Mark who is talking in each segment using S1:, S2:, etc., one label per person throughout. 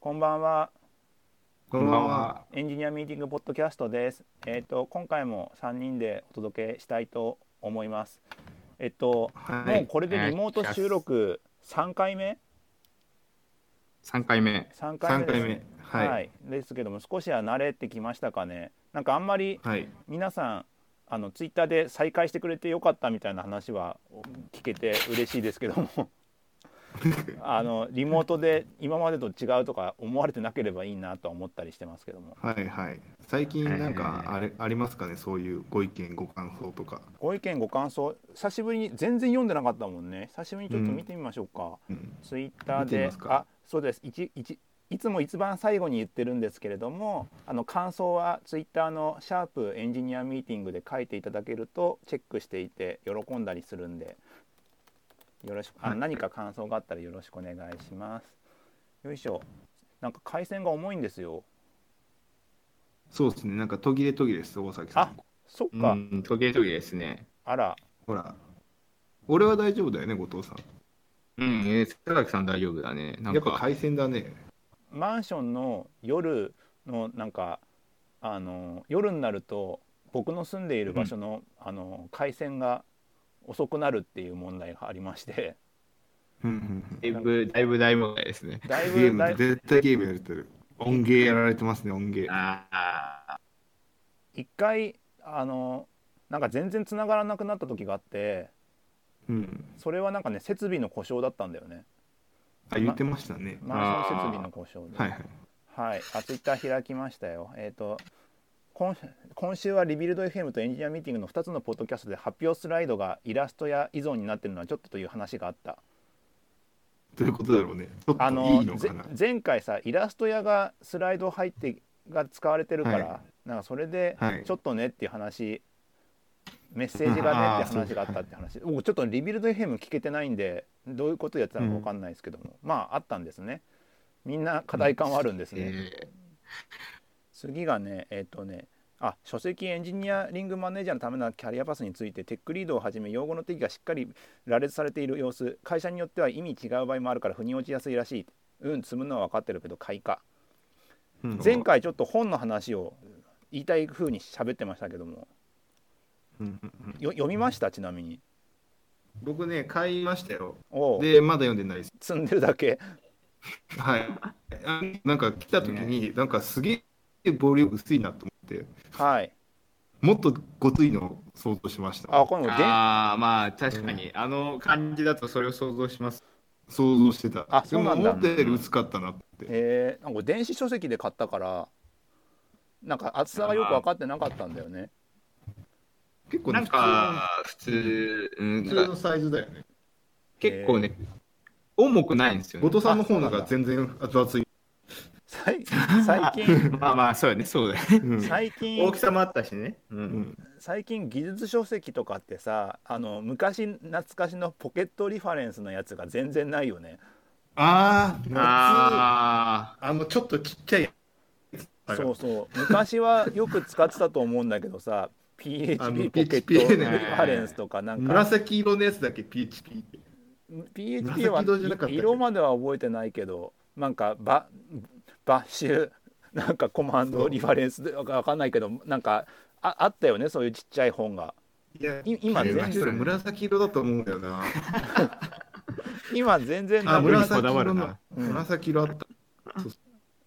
S1: こんばんは。
S2: こんばんは。
S1: エンジニアミーティングポッドキャストです。えっ、と今回も三人でお届けしたいと思います。えっと、
S2: は
S1: もう
S2: い。
S1: これでリモート収録三回目？
S2: 三回目。
S1: 三回
S2: 三
S1: 目です
S2: 回
S1: ね、
S2: 目。はい。
S1: ですけども少しは慣れてきましたかね。なんかあんまり
S2: はい。
S1: 皆さんあのツイッターで再開してくれてよかったみたいな話は聞けて嬉しいですけど もあのリモートで今までと違うとか思われてなければいいなとは思ったりしてますけども
S2: はいはい。最近なんか
S3: えー
S2: あれありますかねそういうご意見ご感想とか。
S1: ご意見ご感想久しぶりに全然読んでなかったもんね久しぶりにちょっと見てみましょうか、
S2: うん。
S1: ツイッター
S2: 見てみ
S1: で
S2: ますか
S1: あそうですいちいちいつも一番最後に言ってるんですけれどもあの感想はツイッターの「シャープエンジニアミーティング」で書いていただけるとチェックしていて喜んだりするんでよろしくあ
S2: はい
S1: 何か感想があったらよろしくお願いします。よいしょなんか回線が重いんですよ。
S2: そうですね。なんか途切れ途切れです大崎さ
S1: あ
S2: ん。
S1: そっ
S3: う
S1: か、
S3: ん、途切れ途切れですね。
S1: あら
S2: ほら。俺は大丈夫だよね後藤さん。
S3: うん、えー、坂崎さん大丈夫だね。なん
S2: やっぱ
S3: か、
S2: 回線だね。
S1: マンションの夜のなんかあの夜になると僕の住んでいる場所の、あの回線が遅くなるっていう問題がありまして
S2: うんうん
S3: だいぶ、だいぶ、だいぶ前ですね。
S1: だい
S2: うん。ゲー
S1: ぶだい
S2: ム
S1: ぶ
S2: 絶対ゲームやれてる。音源やられてますね音源。
S3: ああ、
S1: 一回あのなんか全然繋がらなくなった時があって
S2: うん。
S1: それはなんかね設備の故障だったんだよね
S2: あ言ってましたね。
S1: マンション設備の故障で
S2: はいはい。
S1: はい、あツイッター開きましたよ。えっ、と今今週はリビルド FM とエンジニアミーティングの2つのポッドキャストで発表スライドがイラストや依存になってるのはちょっとという話があった。
S2: どういうことだろうね。ちょっと
S1: あの
S2: いいの
S1: ぜ
S2: かな。
S1: 前回さイラスト屋がスライド入ってが使われてるから、
S2: は
S1: なんかそれで
S2: はい
S1: ちょっとねっていう話、メッセージがねって
S2: あー
S1: 話があったって話僕ちょっとリビルド FM 聞けてないんでどういうことやってたのか分かんないですけども、まああったんですねみんな課題感はあるんですね、
S3: え
S1: 次がねえっ、とねあ書籍エンジニアリングマネージャーのためのキャリアパスについてテックリードをはじめ用語の定義がしっかり羅列されている様子会社によっては意味違う場合もあるから腑に落ちやすいらしいうん積むのは分かってるけど買いか
S2: うん
S1: 前回ちょっと本の話を言いたい風に喋ってましたけども
S2: うんうんうん
S1: よ読みましたちなみに
S2: 僕ね買いましたよ。
S1: おお
S2: でまだ読んでないです。
S1: 積んでるだけ
S2: はい。あなんか来た時に、なんかすげえボリューム薄いなと思って、
S1: はい
S2: もっとごついのを想像しました。
S1: あこれ
S3: ー
S1: もで
S3: あー、まあ、確かに、あの感じだとそれを想像します。
S2: 想像してた。
S1: あそうなんだ
S2: でも思ったより薄かったなって。
S1: えー、なんか電子書籍で買ったからなんか厚さがよく分かってなかったんだよね
S2: 結構ね、
S3: なんか、普通、うん、
S2: 普通の、普通
S3: なんか
S2: のサイズだよね。
S3: 結構ね、重くないんですよ
S2: 後
S3: ね。
S2: 藤さんの方なんか全然熱々い。
S1: 最最近
S3: まあまあ、そうやね、そうだよね。
S2: うん
S1: 最
S3: 大
S1: 近
S3: きさもあったしね。う。
S2: うんん
S1: 最近技術書籍とかってさあの昔懐かしのポケットリファレンスのやつが全然ないよね
S2: あー、夏あ
S3: あ
S2: の、ちょっとちっちゃいやつ。
S1: そうそう昔はよく使ってたと思うんだけどさ PHP
S2: あの
S1: ポケット
S2: PHP
S1: リフ
S2: ね
S1: ァレンスとかなんか
S2: 紫色のやつだけ PHP って。
S1: PHP は
S2: 紫色じゃなかったっけ
S1: 色までは覚えてないけどなんかババッシュなんかコマン
S2: そ
S1: ド
S2: う
S1: リファレンスでわかわかんないけどなんかああったよねそういうちっちゃい本が
S2: いや
S1: い今全然
S2: それ紫色だと思うんだよな。
S1: 今全然
S2: あ、
S1: なくなっ
S3: 紫
S2: 紫
S3: こだわ
S2: 色
S3: る
S2: の
S3: な。
S1: うん
S2: 紫色あった。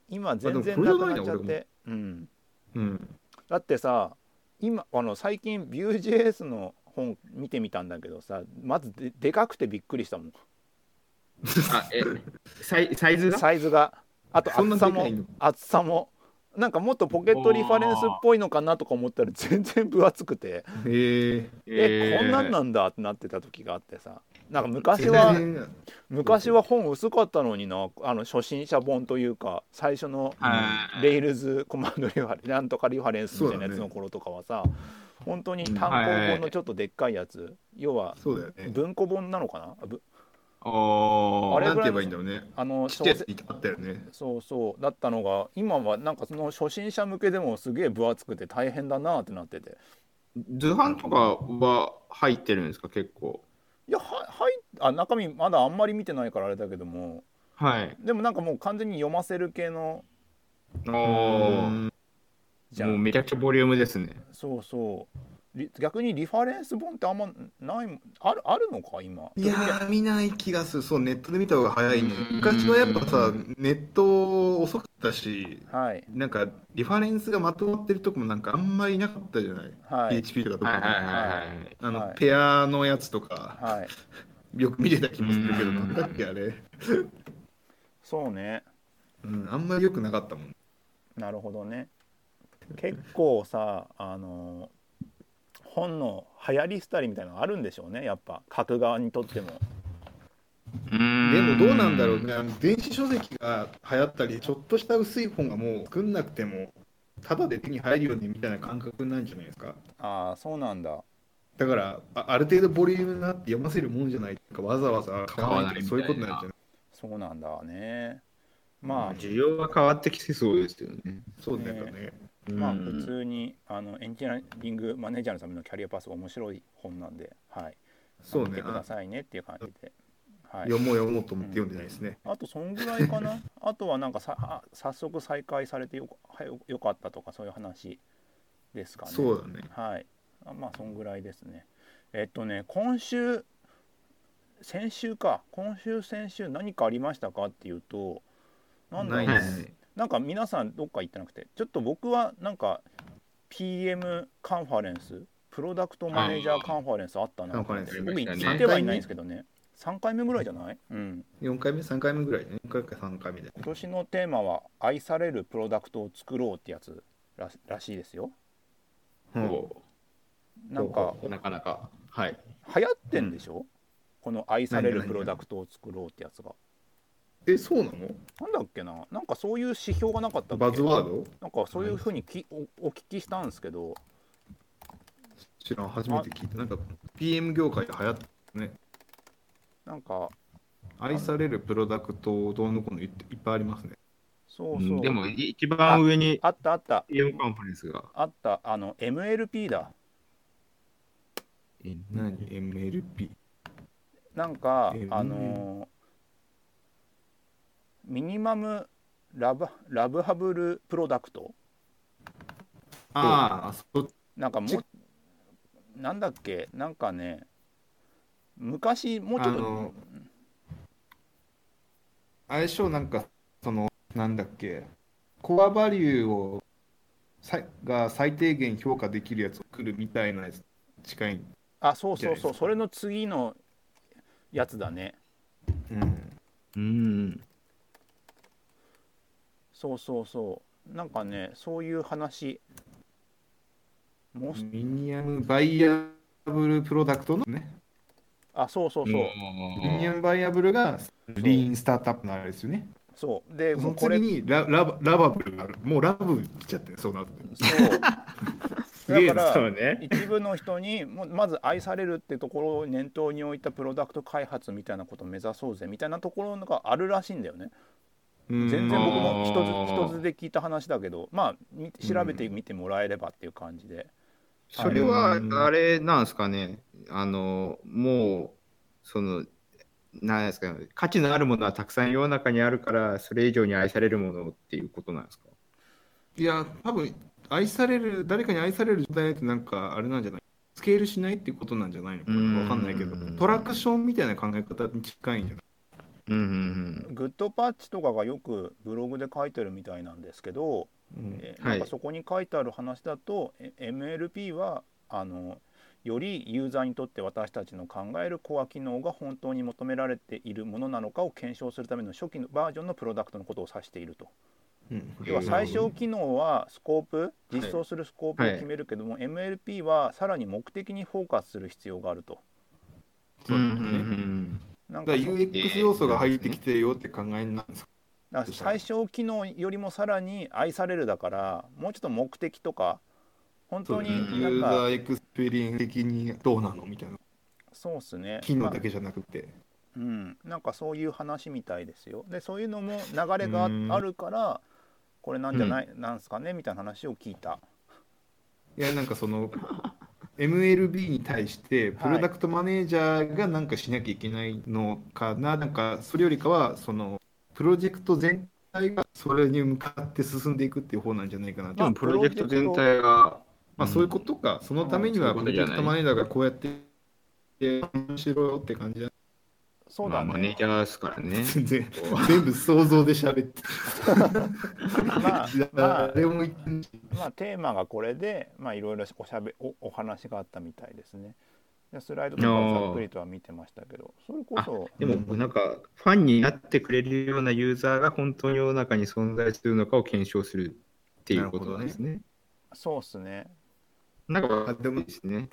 S1: 今全然
S2: あで
S1: な
S2: もこ
S1: く
S2: れじ
S1: な
S2: ゃないな
S1: っちゃってうん
S2: うん。
S1: だってさ今あの最近 Vue.js の本見てみたんだけどさまずででかくてびっくりしたもん
S3: ーあ、え、サイサイズが
S1: サイズがあと
S2: そんな
S1: 厚さ
S2: で
S1: も
S2: かいの
S1: 厚さもなんかもっとポケットリファレンスっぽいのかなとか思ったら全然分厚くて
S2: へえ。
S1: えこんなんなんだってなってた時があってさなんか昔は
S2: 世代が
S1: 昔は本薄かったのになあの初心者本というか最初の
S3: はい
S1: レイルズコマンドリファレンなんとかリファレンスみたいなやつ
S2: そうだ
S1: の
S2: ね
S1: 頃とかはさ、本当に単行本のちょっとでっかいやつ、要は
S2: そうだよね。
S1: 文庫本なのかなあぶ
S3: お
S1: あ
S3: ー
S1: れ
S2: なんて言えばいいんだろうね。
S1: あの
S2: ちっちゃいやつ
S1: 小説
S2: あったよね。
S1: そうそうだったのが今はなんかその初心者向けでもすげえ分厚くて大変だなってなってて
S3: 図版とかは入ってるんですか結構
S1: いやははいあ中身まだあんまり見てないからあれだけども
S3: はい。
S1: でもなんかもう完全に読ませる系の
S3: お
S2: う
S3: ー
S2: ん
S1: じゃ
S3: もうんめちゃくちゃボリュームですね。
S1: そうそうリ逆にリファレンス本ってあんまないもんあるあるのか今
S2: いやー見ない気がするそうネットで見た方が早いね
S3: うん
S2: 昔はやっぱさネット遅かったし
S1: はい
S2: なんかリファレンスがまとまってるとこもなんかあんまりいなかったじゃない、
S1: はい
S2: PHP とかとか
S3: は
S2: も、
S3: いはいはいはい。
S2: あの
S1: はい
S2: ペアのやつとか
S1: はい
S2: よく見てた気もするけど
S3: うん
S2: なんだっけあれ、
S1: そうね
S2: うん、あんまり良くなかったもん
S1: なるほどね結構さあの本の流行り廃りみたいなのあるんでしょうねやっぱ書く側にとっても
S3: で
S2: でもどうなんだろうね、あの電子書籍が流行ったり、ちょっとした薄い本がもう作んなくても、ただで手に入るよねみたいな感覚なんじゃないですか。
S1: ああそうなんだ
S2: だから、あある程度ボリュームがあって読ませるもんじゃないか、わざわざ買わないとか、
S3: 買
S2: そう
S3: わ
S2: い
S3: な
S2: う
S3: いみ
S2: ことなん
S3: たいな
S2: じゃない
S1: そうなんだね
S3: ま
S1: ま
S3: あ
S1: あ、
S3: 需要が変わってきてそうですよね。
S2: そうだよね。
S1: まあ
S3: うん
S1: 普通にあのエンジニアリングマネージャーのためのキャリアパス面白い本なんで、はい、
S2: そう
S1: 見て
S2: ね、
S1: く
S2: あ
S1: ださいねっていう感じで、はい、
S2: 読もう読もうと思って読んでないですね。
S1: あとそんぐらいかな あとはなんかさあ早速再開されてよかはよよかったとかそういう話ですかね
S2: そうだね。
S1: はいあまあそんぐらいですねえっとね今週先週か今週先週何かありましたかっていうとなんだろう
S2: な
S1: ない
S2: です
S1: なんか皆さんどっか行ってなくてちょっと僕はなんか PM カンファレンスプロダクトマネージャーカンファレンスあったな
S2: カン
S1: 僕
S2: ファレンス
S1: 行
S3: ありましたね
S1: ってはいないんですけどね3回目ぐらいじゃない、うん、
S2: 4回目、3回目ぐらいね。4回か3回目で。
S1: 今年のテーマは「愛されるプロダクトを作ろう」ってやつららしいですよ
S2: うん
S3: お
S1: なんか
S3: なかなか。はい。
S1: 流行ってんでしょ、この「愛されるプロダクトを作ろう」ってやつが
S2: え、そうなの
S1: なんだっけななんかそういう指標がなかったっけ
S2: バズワード
S1: なんかそういうふうにきおお聞きしたんですけど
S2: 知らん、初めて聞いた。なんか、PM 業界で流行って
S1: なんか
S2: 愛されるプロダクトをどうのこうの言っていっぱいありますね。
S1: そうそう、
S3: でもい一番上に
S1: あったあった
S3: イオンカンファレンスが。
S1: あったあの MLP だ
S3: え
S2: 何 ?MLP。
S1: なんか
S2: MLP
S1: あのーミニマムラブラブハブルプロダクト
S2: ああ、そっち
S1: なんかもうなんだっけなんかね昔もうちょっ
S2: あ
S1: と
S2: の相性なんか、その、なんだっけ、コアバリューをさが最低限評価できるやつを作るみたいなやつ近い。
S1: あそうそうそ
S2: じゃないうですか
S1: それの次のやつだね
S2: うん。
S3: うん。
S1: そうそうそうなんかねそういう話もうす
S2: ミニアムバイアブルプロダクトのね。
S1: あそうそうそう、
S2: ミニアムバイアブルがリーンスタートアップのあれですよね。
S1: そうで
S2: そ
S1: も
S2: の
S1: うこれ
S2: 次にララバラバブルがある。もうラブ来ちゃってる、そうなると。
S1: そう
S3: すげえ
S1: だから
S3: そうね。
S1: 一部の人にもうまず愛されるってところを念頭に置いたプロダクト開発みたいなことを目指そうぜみたいなところがあるらしいんだよね
S2: 全
S1: 全然僕も人
S3: あ
S1: づ
S3: ー
S1: 人づで聞いた話だけどまあみ調べてみてもらえればっていう感じで、
S3: それは
S2: うん
S3: あれなんですかね。あの、もう、その、なんですかね、価値のあるものはたくさん世の中にあるから、それ以上に愛されるものっていうことなんですか。
S2: いや、多分愛される、誰かに愛される状態ってなんか、あれなんじゃないスケールしないってことなんじゃないのこれ
S3: うん
S2: わかんないけど、トラクションみたいな考え方に近いんじゃない
S3: うんうん
S1: グッドパッチとかがよくブログで書いてるみたいなんですけど、え
S3: はい
S1: なんかそこに書いてある話だと、え MLP はあのよりユーザーにとって私たちの考えるコア機能が本当に求められているものなのかを検証するための初期のバージョンのプロダクトのことを指していると。
S2: うん
S1: 要は最小機能はスコープ実装するスコープを
S3: はい
S1: 決めるけども、MLP はさらに目的にフォーカスする必要があると。
S3: う
S2: そ
S3: ん。
S2: う
S3: う
S2: だ
S3: ん
S2: よ
S3: うんう
S2: ね。
S3: ん
S1: なんか
S2: だから
S1: そ
S2: UX 要素が入ってきてるよって考えなんですか
S1: だから最小機能よりもさらに愛されるだからもうちょっと目的とか本当に
S2: ユ
S1: な
S2: ー
S1: ん
S2: ザ
S1: か
S2: ーエクスペリエンス的にどうなのみたいな。
S1: そうっすね
S2: 機能だけじゃなくて。
S1: うん、なんかそういう話みたいですよ。でそういうのも流れがあ
S2: うん
S1: あるからこれなんじゃない、なんすかねみたいな話を聞いた。
S2: いや、なんかその、MLB に対して、プロダクトマネージャーがなんかしなきゃいけないのかな、なんか、それよりかは、その、プロジェクト全体がそれに向かって進んでいくっていう方なんじゃないかな
S3: で
S2: と
S3: もプロジェクト全体が、
S2: まあ、そういうことか、そのためには
S3: うん
S2: プロジェクトマネージャーがこうやって、で面白いよって感じだ
S1: そう
S3: まあ
S1: だ
S3: マネー
S1: ね
S3: ジ。ャーですからね。
S2: 全然全部想像で喋って、
S1: まあ、まあ、
S2: 誰も言ってないし
S1: まあ、テーマがこれで、まあ、いろいろおしゃべおお話があったみたいですね。でスライドとかをざっくりとは見てましたけど、それこそ、
S3: でも、なんか、ファンになってくれるようなユーザーが本当に世の中に存在するのかを検証するっていうことなんですね。
S1: そうっすね。
S3: なんか、
S2: あでも
S3: ですね。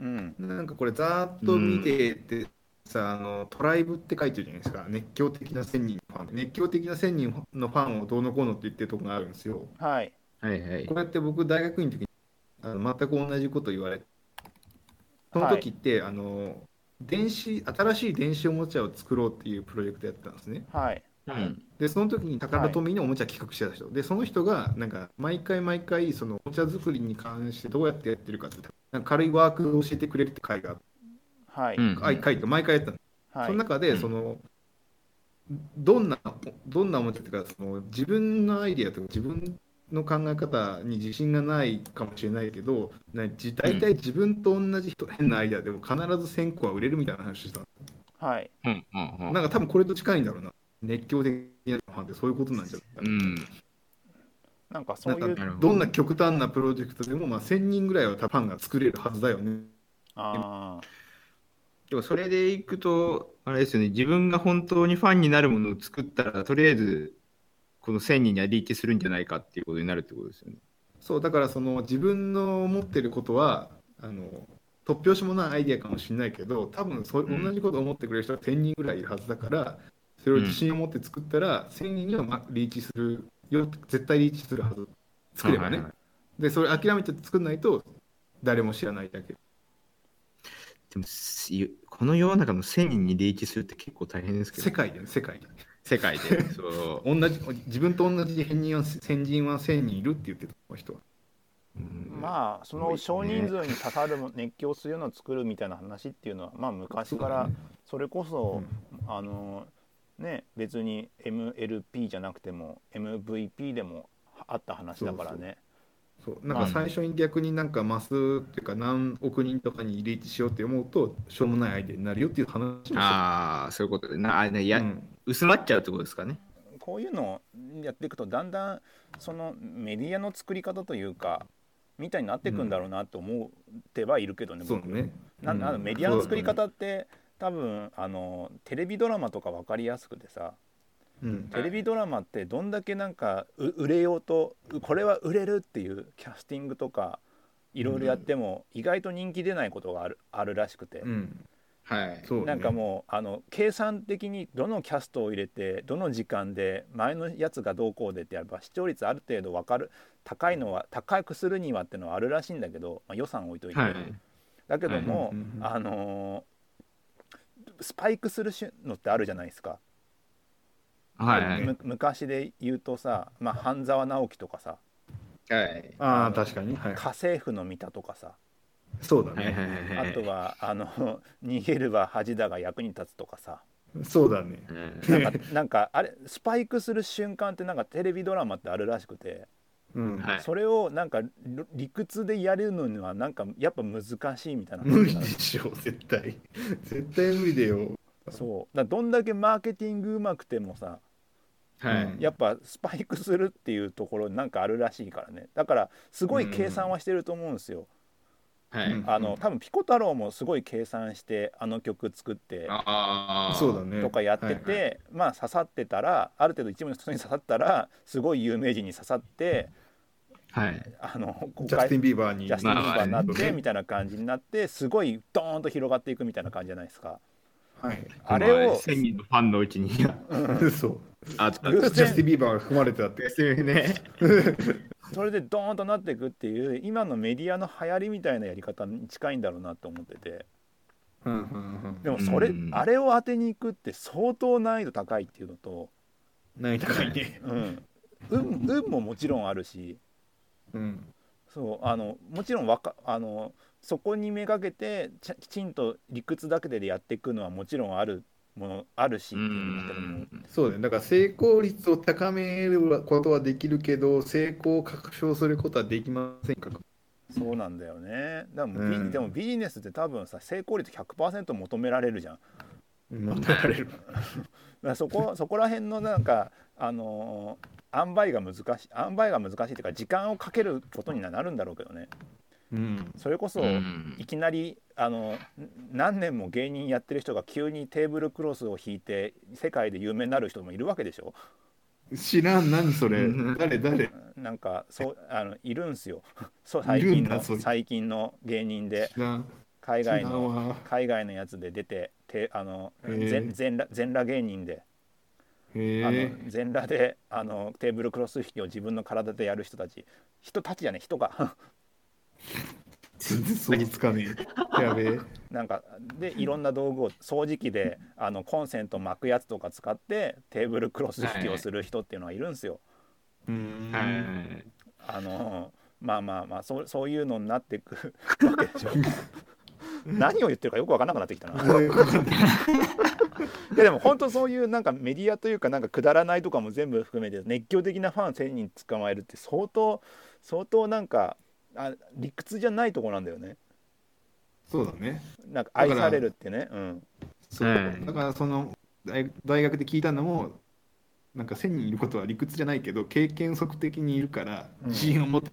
S1: うん。
S2: なんかこれ、ざーっと見ててさ、あの、トライブって書いてるじゃないですか、熱狂的な1000人のファン。熱狂的な1000人のファンをどうのこうのって言ってるとこがあるんですよ。
S1: はい。
S3: はいはい
S2: こ。れって僕、大学院の時にあの全く同じこと言われて、その時って、あの電子新しい電子おもちゃを作ろうっていうプロジェクトやってたんですね。
S1: はい。
S3: うん。
S2: で、その時に高田富美のおもちゃ企画してた人、で、その人が、なんか、毎回毎回、そのおもちゃ作りに関してどうやってやってるかって、なんか軽いワークを教えてくれるって会があって、
S1: はい。
S3: うん
S2: あ会って毎回やってたの
S1: はい
S2: その。中
S3: う
S2: で
S3: ん
S2: その、どんなどんなおもちゃっていうかその自分のアイディアとか自分の考え方に自信がないかもしれないけどなじ大体自分と同じ人、変なアイディアでも必ず1000個は売れるみたいな話してた、
S1: はい。
S3: うんうんうん
S2: なんか多分これと近いんだろうな熱狂的なファンってそういうことなんじゃないか
S3: う
S2: な、
S3: ん。
S1: なんかそう
S2: ないん
S1: う
S2: か
S3: なるほ
S2: どんな極端なプロジェクトでも、まあ、1000人ぐらいは多分ファンが作れるはずだよね
S1: あー
S3: でもそれでいくと、あれですよね、自分が本当にファンになるものを作ったら、とりあえず、この1000人にはリーチするんじゃないかっていうことになるってことですよね。
S2: そうだからその自分の思ってることはあの突拍子もないアイデアかもしれないけど多分そ
S3: うん
S2: 同じことを思ってくれる人が1000人ぐらいいるはずだからそれを自信を持って作ったら、1000人には、ま、リーチするよ絶対リーチするはず作ればね、
S3: はいはいはい
S2: でそれ諦めて作んないと誰も知らないだけ
S3: でも、すこの世の中の1000人にリーチするって結構大変ですけ
S2: 世
S3: ど、
S2: 界で世界で
S3: 世界で。 そう。
S2: 同じ自分と同じ変人は先人は1000人いるって言ってた人は
S1: まあその少人数に刺さる熱狂するようなのを作るみたいな話っていうのはまあ昔からそれこそ、あのね別に MLP じゃなくても MVP でもあった話だからね
S2: そうなんか最初に逆になんかマスっていうか何億人とかにリーチしようって思うとしょうもないアイデアになるよっていう話もしてた
S3: ああ、そういうことで。なあねいや、
S2: うん
S3: 薄まっちゃうってことですかね。
S1: こういうのをやっていくとだんだんそのメディアの作り方というかみたいになっていくんだろうなと思ってはいるけどね、
S2: そう
S1: 僕
S2: ね
S1: な
S2: うん
S1: なメディアの作り方って、多分あのテレビドラマとか分かりやすくてさ
S2: うん
S1: テレビドラマってどんだけなんかう売れようとうこれは売れるっていうキャスティングとかいろいろやっても意外と人気出ないことがあるあるらしくて
S2: う、ん
S3: はい。
S2: そうね
S1: なんかもうあの計算的にどのキャストを入れてどの時間で前のやつがどうこうでってやれば視聴率ある程度分かる高いのは高くするにはってのはあるらしいんだけど、まあ、予算置いといて、
S3: はい。
S1: だけども、
S2: はいうんうんうん
S1: あのースパイクするしのってあるじゃないですか、
S3: はい。
S1: む昔で言うとさ、まあ、半沢直樹とかさ
S3: はい。
S2: ああ確かにはい
S1: 家政婦の三田とかさ
S2: そうだ
S3: はいはいは
S2: ね
S3: いはい。
S1: あとはあの 「逃げれば恥だが役に立つ」とかさ
S2: そうだね
S3: うん
S1: なんかなんかあれスパイクする瞬間ってなんかテレビドラマってあるらしくて、
S2: うん
S3: はい
S1: それをなんか理理屈でやるのにはなんかやっぱ難しいみたいな
S2: 無理でしょ絶対絶対無理だよ
S1: そうだからどんだけマーケティングうまくてもさ
S3: は
S2: うん。
S3: い
S1: やっぱスパイクするっていうところになんかあるらしいからねだからすごい計算はしてると思うんですよ、
S3: はい。
S2: うん
S1: あの多分ピコ太郎もすごい計算してあの曲作って
S3: ああ。
S2: そうだね
S1: とかやってて、
S2: はい
S1: まあ刺さってたらある程度一部の人に刺さったらすごい有名人に刺さって
S3: はい。
S1: あの公
S2: ジャス
S1: 開
S2: テ
S1: ジ
S2: ィン・ビーバーに
S1: ャスティン・ビーバーになっ
S2: まあまあ
S1: てみたいな感じになってすごいドーンと広がっていくみたいな感じじゃないですか。
S2: はい
S1: あれ
S3: ま
S1: を
S3: 1000人のファンのうちに
S2: そう
S3: あった。
S1: 偶
S2: ジャステ
S1: 然
S2: ィン・ビーバーが含まれてたって
S3: ですよね。
S1: それでドーンとなっていくっていう今のメディアの流行りみたいなやり方に近いんだろうなと思ってて。
S2: うんうんうん
S1: でもそれ、
S3: うん
S1: あれを当てに行くって相当難易度高いっていうのと、
S2: 難易度高いね
S1: うん、運運ももちろんあるし
S2: うん
S1: そうあのもちろんわかあのそこにめがけてちゃきちんと理屈だけでやっていくのはもちろんあるものあるしっ
S3: う
S1: ていうんだけども
S3: ん。
S2: そうだね。だから成功率を高めることはできるけど、成功を確証することはできませんか。
S1: そうなんだよねだからもうビ
S2: うん
S1: でもビジネスって多分さ成功率100%求められるじゃんだか
S2: 求められる。
S1: らそこそこら辺のなんかあのー、塩梅が難しい塩梅が難しいっていうか時間をかけることにはなるんだろうけどね
S2: うん。
S1: それこそ、
S3: うん
S1: いきなりあのん何年も芸人やってる人が急にテーブルクロスを引いて世界で有名になる人もいるわけでしょ
S2: 知らん、何それ
S3: うん。
S2: 誰、誰。
S1: なんかそうあのいるんすよ そう
S2: い
S1: 最
S2: るん
S1: 近
S2: だ
S1: の
S2: そういう
S1: 最近の芸人で
S2: 知らん。
S1: 海
S2: 知ら
S1: 外の
S2: んわ。
S1: 海外のやつで出ててあの
S2: へー
S1: 全全裸全裸芸人で
S2: へ
S1: あの
S2: え。
S1: 全裸であのテーブルクロス引きを自分の体でやる人たち人たちじゃね人が
S2: 全然想像つかねえ。やべえ。
S1: なんかでいろんな道具を掃除機であのコンセント巻くやつとか使ってテーブルクロス引きをする人っていうのはいるんですよ。
S2: うん
S3: はいはいはい
S1: あのまあまあまあそうそういうのになっていくわけでしょ。何を言ってるかよく分からなくなってきたな。
S2: もうよくわかんない
S1: いやでも本当そういうなんかメディアというかなんかくだらないとかも全部含めて熱狂的なファン1000人捕まえるって相当相当なんかあ理屈じゃないとこなんだよね
S2: そうだね。
S1: なんか愛されるってねうん
S2: そう
S3: はい
S2: だからその大大学で聞いたのもなんか1000人いることは理屈じゃないけど経験則的にいるから
S1: うん
S2: 自信を持って、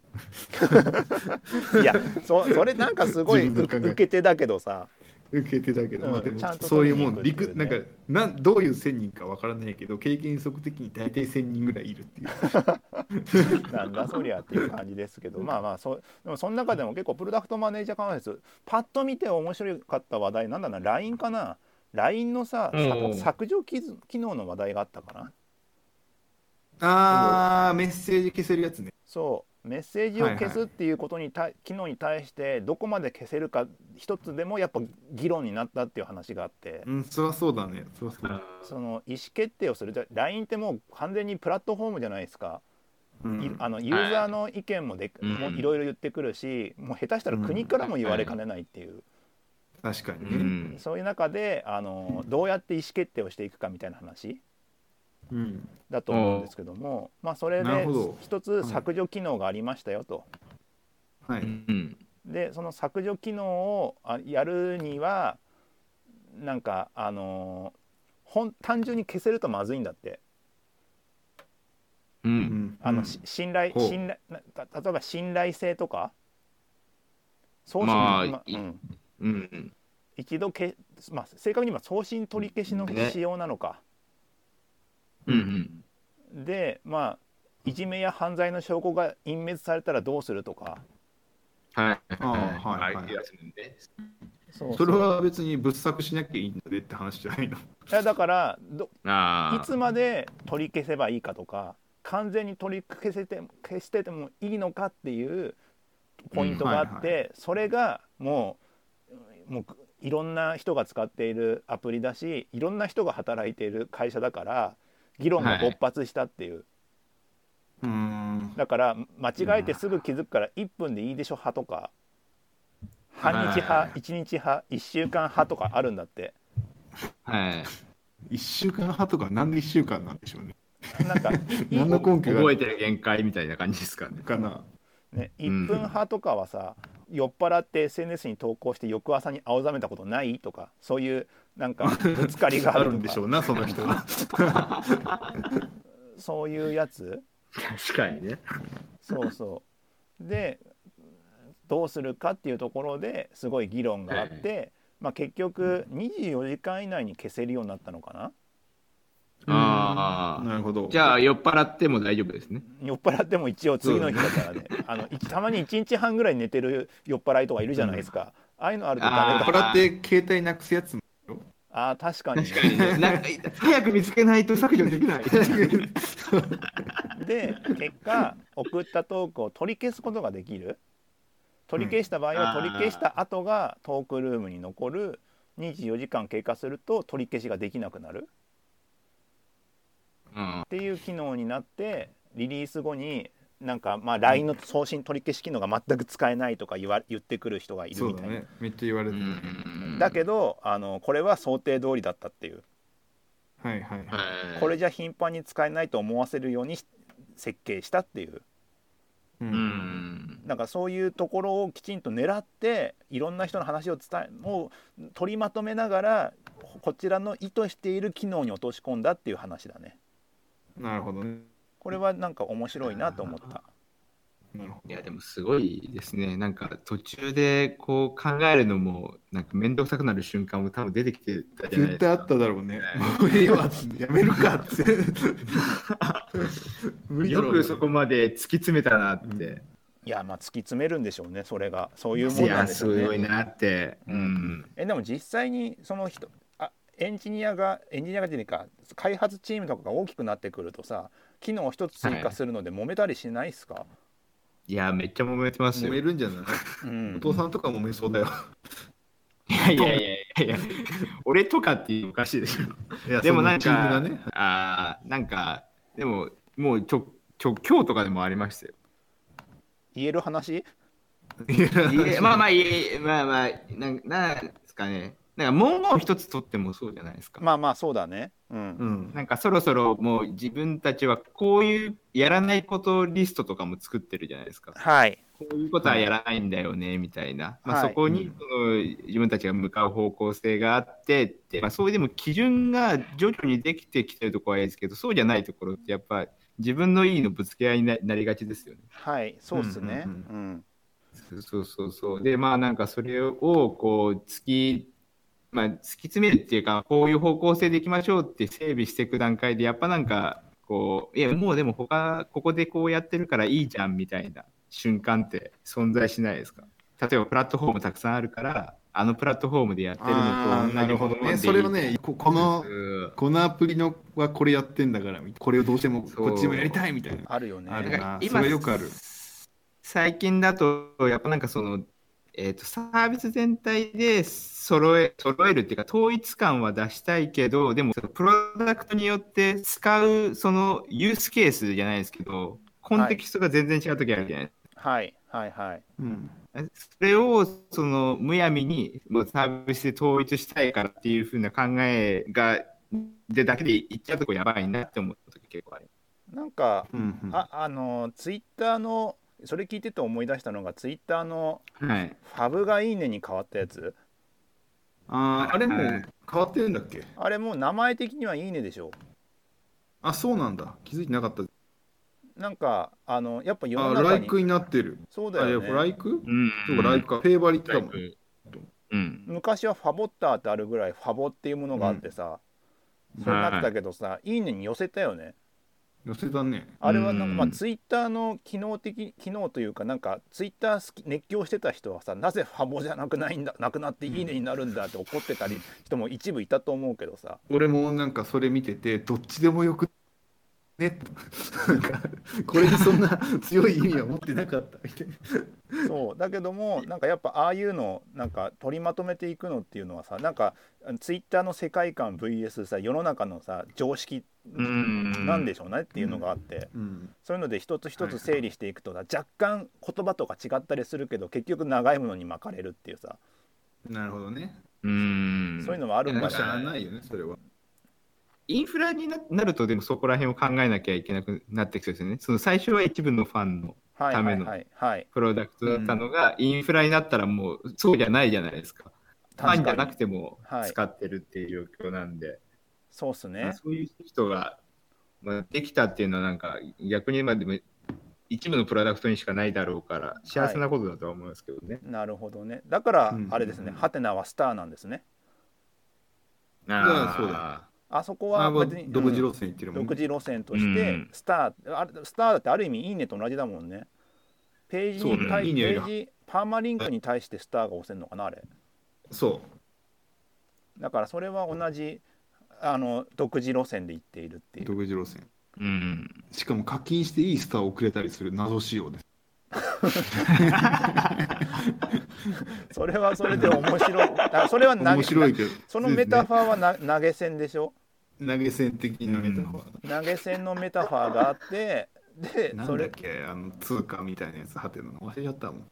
S1: いやそそれなんかすごい
S2: 自分の考え
S1: 受け手だけどさ
S2: 受けてたけど、
S1: うん
S2: まあでも
S1: ちゃんと
S2: そういう
S1: 取り
S2: も
S1: に行く
S2: ん理
S1: っ
S2: 屈
S1: てい
S2: な
S1: うんね
S2: かなんどういう1000人かわからないけど経験則的に大体1000人ぐらいいるっていう
S1: なんだそりゃっていう感じですけどまあまあそうでもその中でも結構プロダクトマネージャー関節パッと見て面白かった話題なんだな LINE かな LINE のさ
S3: うんうん
S1: 削除機能機能の話題があったかな
S2: ああメッセージ消せるやつね
S1: そうメッセージを消
S2: はい
S1: すっていうことにた、機能に対してどこまで消せるか一つでもやっぱ議論になったっていう話があって、
S2: うんそりゃそうだねそりゃそうだ、
S1: その意思決定をするじゃ LINE ってもう完全にプラットフォームじゃないですか、
S2: う
S1: い
S2: ん、
S1: あのユーザーの意見もで、
S3: うん
S1: もういろいろ言ってくるしもう下手したら国からも言われかねないっていう、
S2: 確か
S3: う
S2: にね
S3: ん
S1: そういう中であのどうやって意思決定をしていくかみたいな話、
S2: うん、
S1: だと思うんですけども、まあ、それ
S2: なる
S1: で
S2: ほど
S1: 一つ削除機能がありましたよと。
S2: はい、
S3: うん
S1: でその削除機能をあやるにはなんかあのーほん単純に消せるとまずいんだって
S3: う
S2: うんん
S1: あの、
S2: うん
S1: し信頼
S2: ほう
S1: 信頼なた例えば信頼性とか送信、
S3: まあい
S1: うん、
S3: うん
S1: 一度け、まあ、正確に言えば送信取り消しの
S3: ね
S1: 仕様なのか、
S3: うん
S1: でまあいじめや犯罪の証拠が隠滅されたらどうするとか
S3: はい
S2: ああはいはい
S3: あやつね
S1: そう
S2: それは別にぶっ作しなきゃいいんだでって話じゃないの
S1: いやだからどい
S3: あ
S1: つまで取り消せばいいかとか完全に取り消せて消しててもいいのかっていうポイントがあって、
S2: うんは
S1: それがもうもういろんな人が使っているアプリだしいろんな人が働いている会社だから議論が勃発したっていう、
S2: うーん
S1: だから間違えてすぐ気づくから1分でいいでしょ派とか半日
S3: は
S1: 派
S3: い
S1: 1日派1週間派とかあるんだって。
S3: はい
S2: 1週間派とかなんで1週間なんでしょうね
S1: なんか
S2: 何の根拠が
S3: 覚えてる限界みたいな感じですかね
S2: かな
S1: ね、
S3: ん
S1: 1分派とかはさ、酔っ払って SNS に投稿して翌朝に青ざめたことないとかそういうなんかぶつかりがあ
S2: あ
S1: る
S2: るん
S1: と
S2: で
S1: か
S2: しょうなその人は
S1: そういうやつ
S3: 確かにね
S1: そうそうでどうするかっていうところですごい議論があって、まあ、結局24時間以内に消せるようになったのかな
S3: ああ
S2: なるほど
S3: じゃあ酔っ払っても大丈夫ですね
S1: 酔っ払っても一応次の日だからねあのいたまに1日半ぐらい寝てる酔っ払いとかいるじゃないですか、ああいうのあるとダメ
S3: あ
S1: だ
S2: これって携帯なくすやつも
S1: ああー確かにね
S3: なんか早く見つけないと削除で きない
S1: で結果送ったトークを取り消すことができる取り消した場合
S3: うんあ
S1: は
S3: ー
S1: 取り消した後がトークルームに残る24時間経過すると取り消しができなくなる
S3: うん
S1: っていう機能になってリリース後になんかまあ LINE の送信取り消し機能が全く使えないとか言わ言ってくる人がいる
S2: そ
S1: み
S2: う
S1: た
S2: だ
S1: いなだ,、
S2: ねめっちゃ言われてる、
S1: けどあのこれは想定通りだったっていう
S2: はいはいはい。
S3: はい
S1: これじゃ頻繁に使えないと思わせるようにし設計したっていう
S2: う
S3: う。ん
S1: なんかそういうところをきちんと狙っていろんな人の話を伝えを取りまとめながらこちらの意図している機能に落とし込んだっていう話だね
S2: なるほどね。
S1: これはなんか面白いなと思った
S2: なるほ
S3: いやでもすごいですねなんか途中でこう考えるのもなんか面倒くさくなる瞬間も多分出てきてた
S2: ど。
S3: じゃないで
S2: 絶
S3: すか
S2: 対あっただろうね。もうええわっつってやめるかっつって。 無理だ
S3: よ
S2: ろうね
S3: くそこまで突き詰めたなって、
S2: うん
S1: いやまあ突き詰めるんでしょうねそれがそういう
S3: い
S1: もんな
S3: や
S1: んでしょう
S3: すごい
S1: ね
S3: なって、うん
S1: えでも実際にその人あエンジニアがエンジニアがっていうか開発チームとかが大きくなってくるとさ機能を一つ追加するので揉めたりしないですか、
S3: いやめっちゃ揉めてます
S2: 揉
S3: よ
S2: め
S3: い
S2: るんじゃない
S1: うん
S2: お父さんとかも揉めそうだよ。
S3: やいやい やいや俺とかっていうおかしいでしょ
S2: いや
S3: でもなん
S2: そのチーム
S3: か、
S2: がね。
S3: あーなんかでももうちょちょ今日とかでもありましたよ
S1: 言える話
S3: い えまあまあいえまあまあなんなんですかねなんか文言一つ取ってもそうじゃないですか、
S1: まあまあそうだねうん
S2: うん。
S3: なんかそろそろもう自分たちはこういうやらないことリストとかも作ってるじゃないですか
S1: はい
S3: こういうことはやらないんだよねみたいな、ま
S1: は
S3: あ、そ
S1: い
S3: こ
S2: う
S3: に
S2: ん
S3: その自分たちが向かう方向性があってって、まあ、そういうでも基準が徐々にできてきてるところはいいですけどそうじゃないところってやっぱ自分のいいのぶつけ合いにななりがちですよね。
S1: はいそうっすねう
S2: うんん
S3: そうそうそうそう。で、まあなんかそれをこう突き、まあ突き詰めるっていうか、こういう方向性でいきましょうって整備していく段階で、やっぱなんかこう、いやもうでも他、ここでこうやってるからいいじゃんみたいな瞬間って存在しないですか例えばプラットフォームたくさんあるから、あのプラットフォームでやってる
S2: あー
S3: のと
S2: なるほどね。それをね、ここの
S3: うん
S2: このアプリのはこれやってんだからみたいなこれをどうしてもこっちもやりたいみたいな
S1: あるよね
S2: ある
S3: なん
S2: ね
S3: か
S2: なそれよくある
S3: 最近だとやっぱなんかその、えー、とサービス全体で揃え揃えるっていうか統一感は出したいけどでもそのプロダクトによって使うそのユースケースじゃないですけどコンテキストが全然違う時あるじゃないですか。
S1: はいはいはい
S2: うん
S3: それをそのむやみにもうサービスで統一したいからっていうふうな考えがでだけでいっちゃうとこやばいなって思った時結構あります
S1: なんか
S2: うんうん
S1: ああのツイッターのそれ聞いてて思い出したのがツイッターの
S3: はい、
S1: ファブがいいねに変わったやつ
S2: あーあれもう
S3: は
S2: 変
S3: い
S2: わってるんだっけ
S1: あれもう名前的にはいいねでしょ
S2: あそうなんだ気づいてなかった
S1: なんかあのやっぱ世
S2: あ
S1: の中
S2: ラ
S1: に
S2: イクになってる
S1: そうだ
S2: あいや
S1: よ
S2: これラ
S1: ね
S2: イク
S3: うん
S2: そうかライクかフェーバリット
S3: ラ
S2: だ
S3: イ
S2: もん
S3: クうん
S1: 昔はファボッターってあるぐらいファボっていうものがあってさ、そうなってたけどさ、い、いねに寄せたよね
S2: 寄せたね
S1: あれはなんか、
S3: うん
S1: まあ、ツイッターの機能的機能というかなんかツイッター好き熱狂してた人はさなぜファボじゃなくないんだなくなっていいねになるんだって怒ってたり人も一部いたと思うけどさ
S2: 俺もなんかそれ見ててどっちでもよくね なんかこれにそん な強い意味は持ってなかったみたいな
S1: そうだけどもなんかやっぱああいうのなんか取りまとめていくのっていうのはさなんかツイッターの世界観 VS さ世の中のさ常識
S3: うん
S1: なんでしょうねっていうのがあって、
S2: うん
S1: そういうので一つ一つ整理していくとさ若干言葉とか違ったりするけど結局長いものに巻かれるっていうさ
S2: なるほどね
S3: うーん
S1: そういうのもあるん
S2: ま
S1: だ
S2: あしゃあ
S1: な
S2: ないよねそれは
S3: インフラにななるとでもそこら辺を考えなきゃいけなくなってきそうですよね。その最初は一部のファンの
S1: はい
S3: た
S1: は
S3: め
S1: い
S3: の
S1: はいはい
S3: プロダクトだったのが、インフラになったらもうそうじゃないじゃないですか。ファンじゃなくても
S1: はい
S3: 使ってるっていう状況なんで、
S1: そうっす
S3: ま
S1: ね
S3: あそういう人が、まあ、できたっていうのはなんか逆にまあでも一部のプロダクトにしかないだろうから幸せなことだとは思いますけどね。
S1: なるほどねだから
S2: うん
S1: あれですね
S2: うん
S1: ハテナはスターなんですね
S2: あーそう
S3: だ
S2: だ。
S1: あそこ
S2: ま
S1: は
S2: あ
S1: 別に
S2: 独自
S1: うん
S2: 路線行ってるもん
S1: 独
S2: ね
S1: 自路線として
S3: うん
S1: スターあスターだってある意味いいねと同じだもんねページに
S2: そうだ
S1: 対し
S2: ねいい
S1: ペ
S2: ねより
S1: ージパーマリンクに対してスターが押せるのかなあれ
S2: そ
S1: だからそれは同じあの独自路線で行っているって
S2: う
S1: いう
S2: 独自路線
S3: うん
S2: しかも課金していいスターをくれたりする謎仕様です。
S1: それはそれで面 白いだからそれは投げ
S2: 面白いけど、
S1: そのメタファーはな投げ銭でしょ
S2: 投げ銭的なメタファー。
S1: 投げ銭のメタファーがあってで
S2: な
S1: そ
S2: んだっ
S1: れ
S2: け、あの通貨みたいなやつ、はてなの忘れちゃったもん。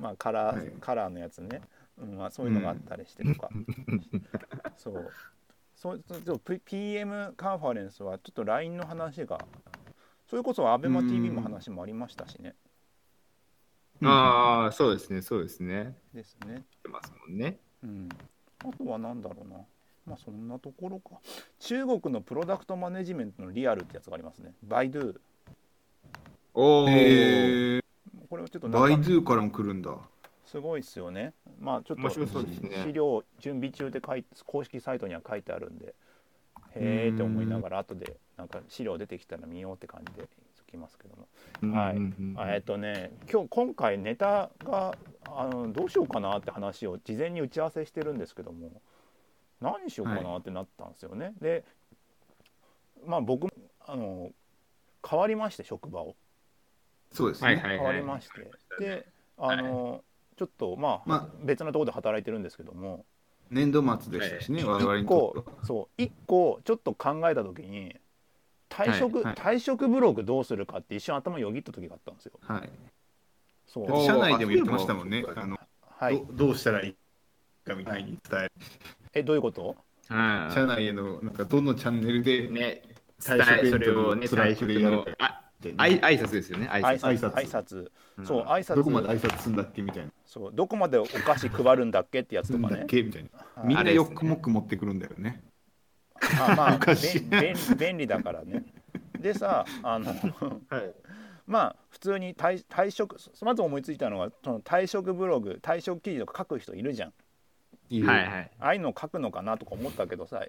S1: まあカラー、
S2: はい
S1: カラーのやつね、うんまあ、そういうのがあったりしてとか、そうそうそうそう P- PM カンファレンスはちょっと LINE の話がそれこそ ABEMATV も話もありましたしね。
S3: ああ、そうですね、そうですね。
S1: ですね。
S3: 出てますもんね。
S1: うん、あとは何だろうな。まあそんなところか。中国のプロダクトマネジメントのリアルってやつがありますね。バイドゥ。
S3: おお、
S2: へ
S1: これはちょっと
S2: バ
S1: な
S2: イ
S1: んか
S2: ドゥからも来るんだ。
S1: すごいですよね。まあちょ
S3: 面
S1: っ
S3: 白
S1: と
S3: そうですね
S1: 資。料準備中で書い公式サイトには書いてあるんでへえって思いながら後でなんか資料出てきたら見ようって感じで行きますけども、はいあえっとね今日今回ネタがあのどうしようかなって話を事前に打ち合わせしてるんですけども何しようかなってなったんですよね。でまあ僕あの変わりまして職場を
S2: そうですね。
S3: はいはい
S1: 変わりまして、であの、ちょっとまあ、
S2: ま
S1: 別なところで働いてるんですけども。
S2: 年度末でしたしね、我々
S1: 一
S2: にと
S1: 個
S2: っては
S1: そう一個ちょっと考えた時に退職、
S3: はいはい
S1: 退職ブログどうするかって一瞬頭よぎった時があったんですよ。
S2: はい。
S1: そ
S3: お
S1: う
S3: ー
S2: 社内でも言ってましたもんね。あの
S1: はい、
S2: どどうしたらいいかみたいに伝える。
S1: えどういうこと
S3: はい
S2: 社内へのなんかどのチャンネルで、
S3: ね、
S2: 退
S3: 伝
S2: 職
S3: えそれをね、
S2: スラ
S3: 退
S2: ック
S3: 職
S2: でやる
S3: の、あ、あい挨拶ですよね、挨
S1: 挨
S3: 拶。
S1: 拶挨
S2: 挨拶
S1: 拶
S3: うん
S1: そう挨拶
S2: どこまで挨拶するんだっけみたいな。
S1: そうどこまでお菓子配るんだっけってやつ
S2: する
S1: と
S2: ん
S1: か
S2: だ
S1: ね
S2: っけみたいな。
S1: はい
S2: みん
S3: あ
S2: な
S3: れで
S2: よ
S3: すね
S2: くもく持ってくるんだよね。
S1: まあまあ
S2: お菓子
S1: 便便便利だからね。でさあの
S2: はい。
S1: まあ普通に退退職まず思いついたのがその退職ブログ退職記事とか書く人いるじゃん
S2: い
S3: はいはい。
S1: ああいうのを書くのかなとか思ったけどさ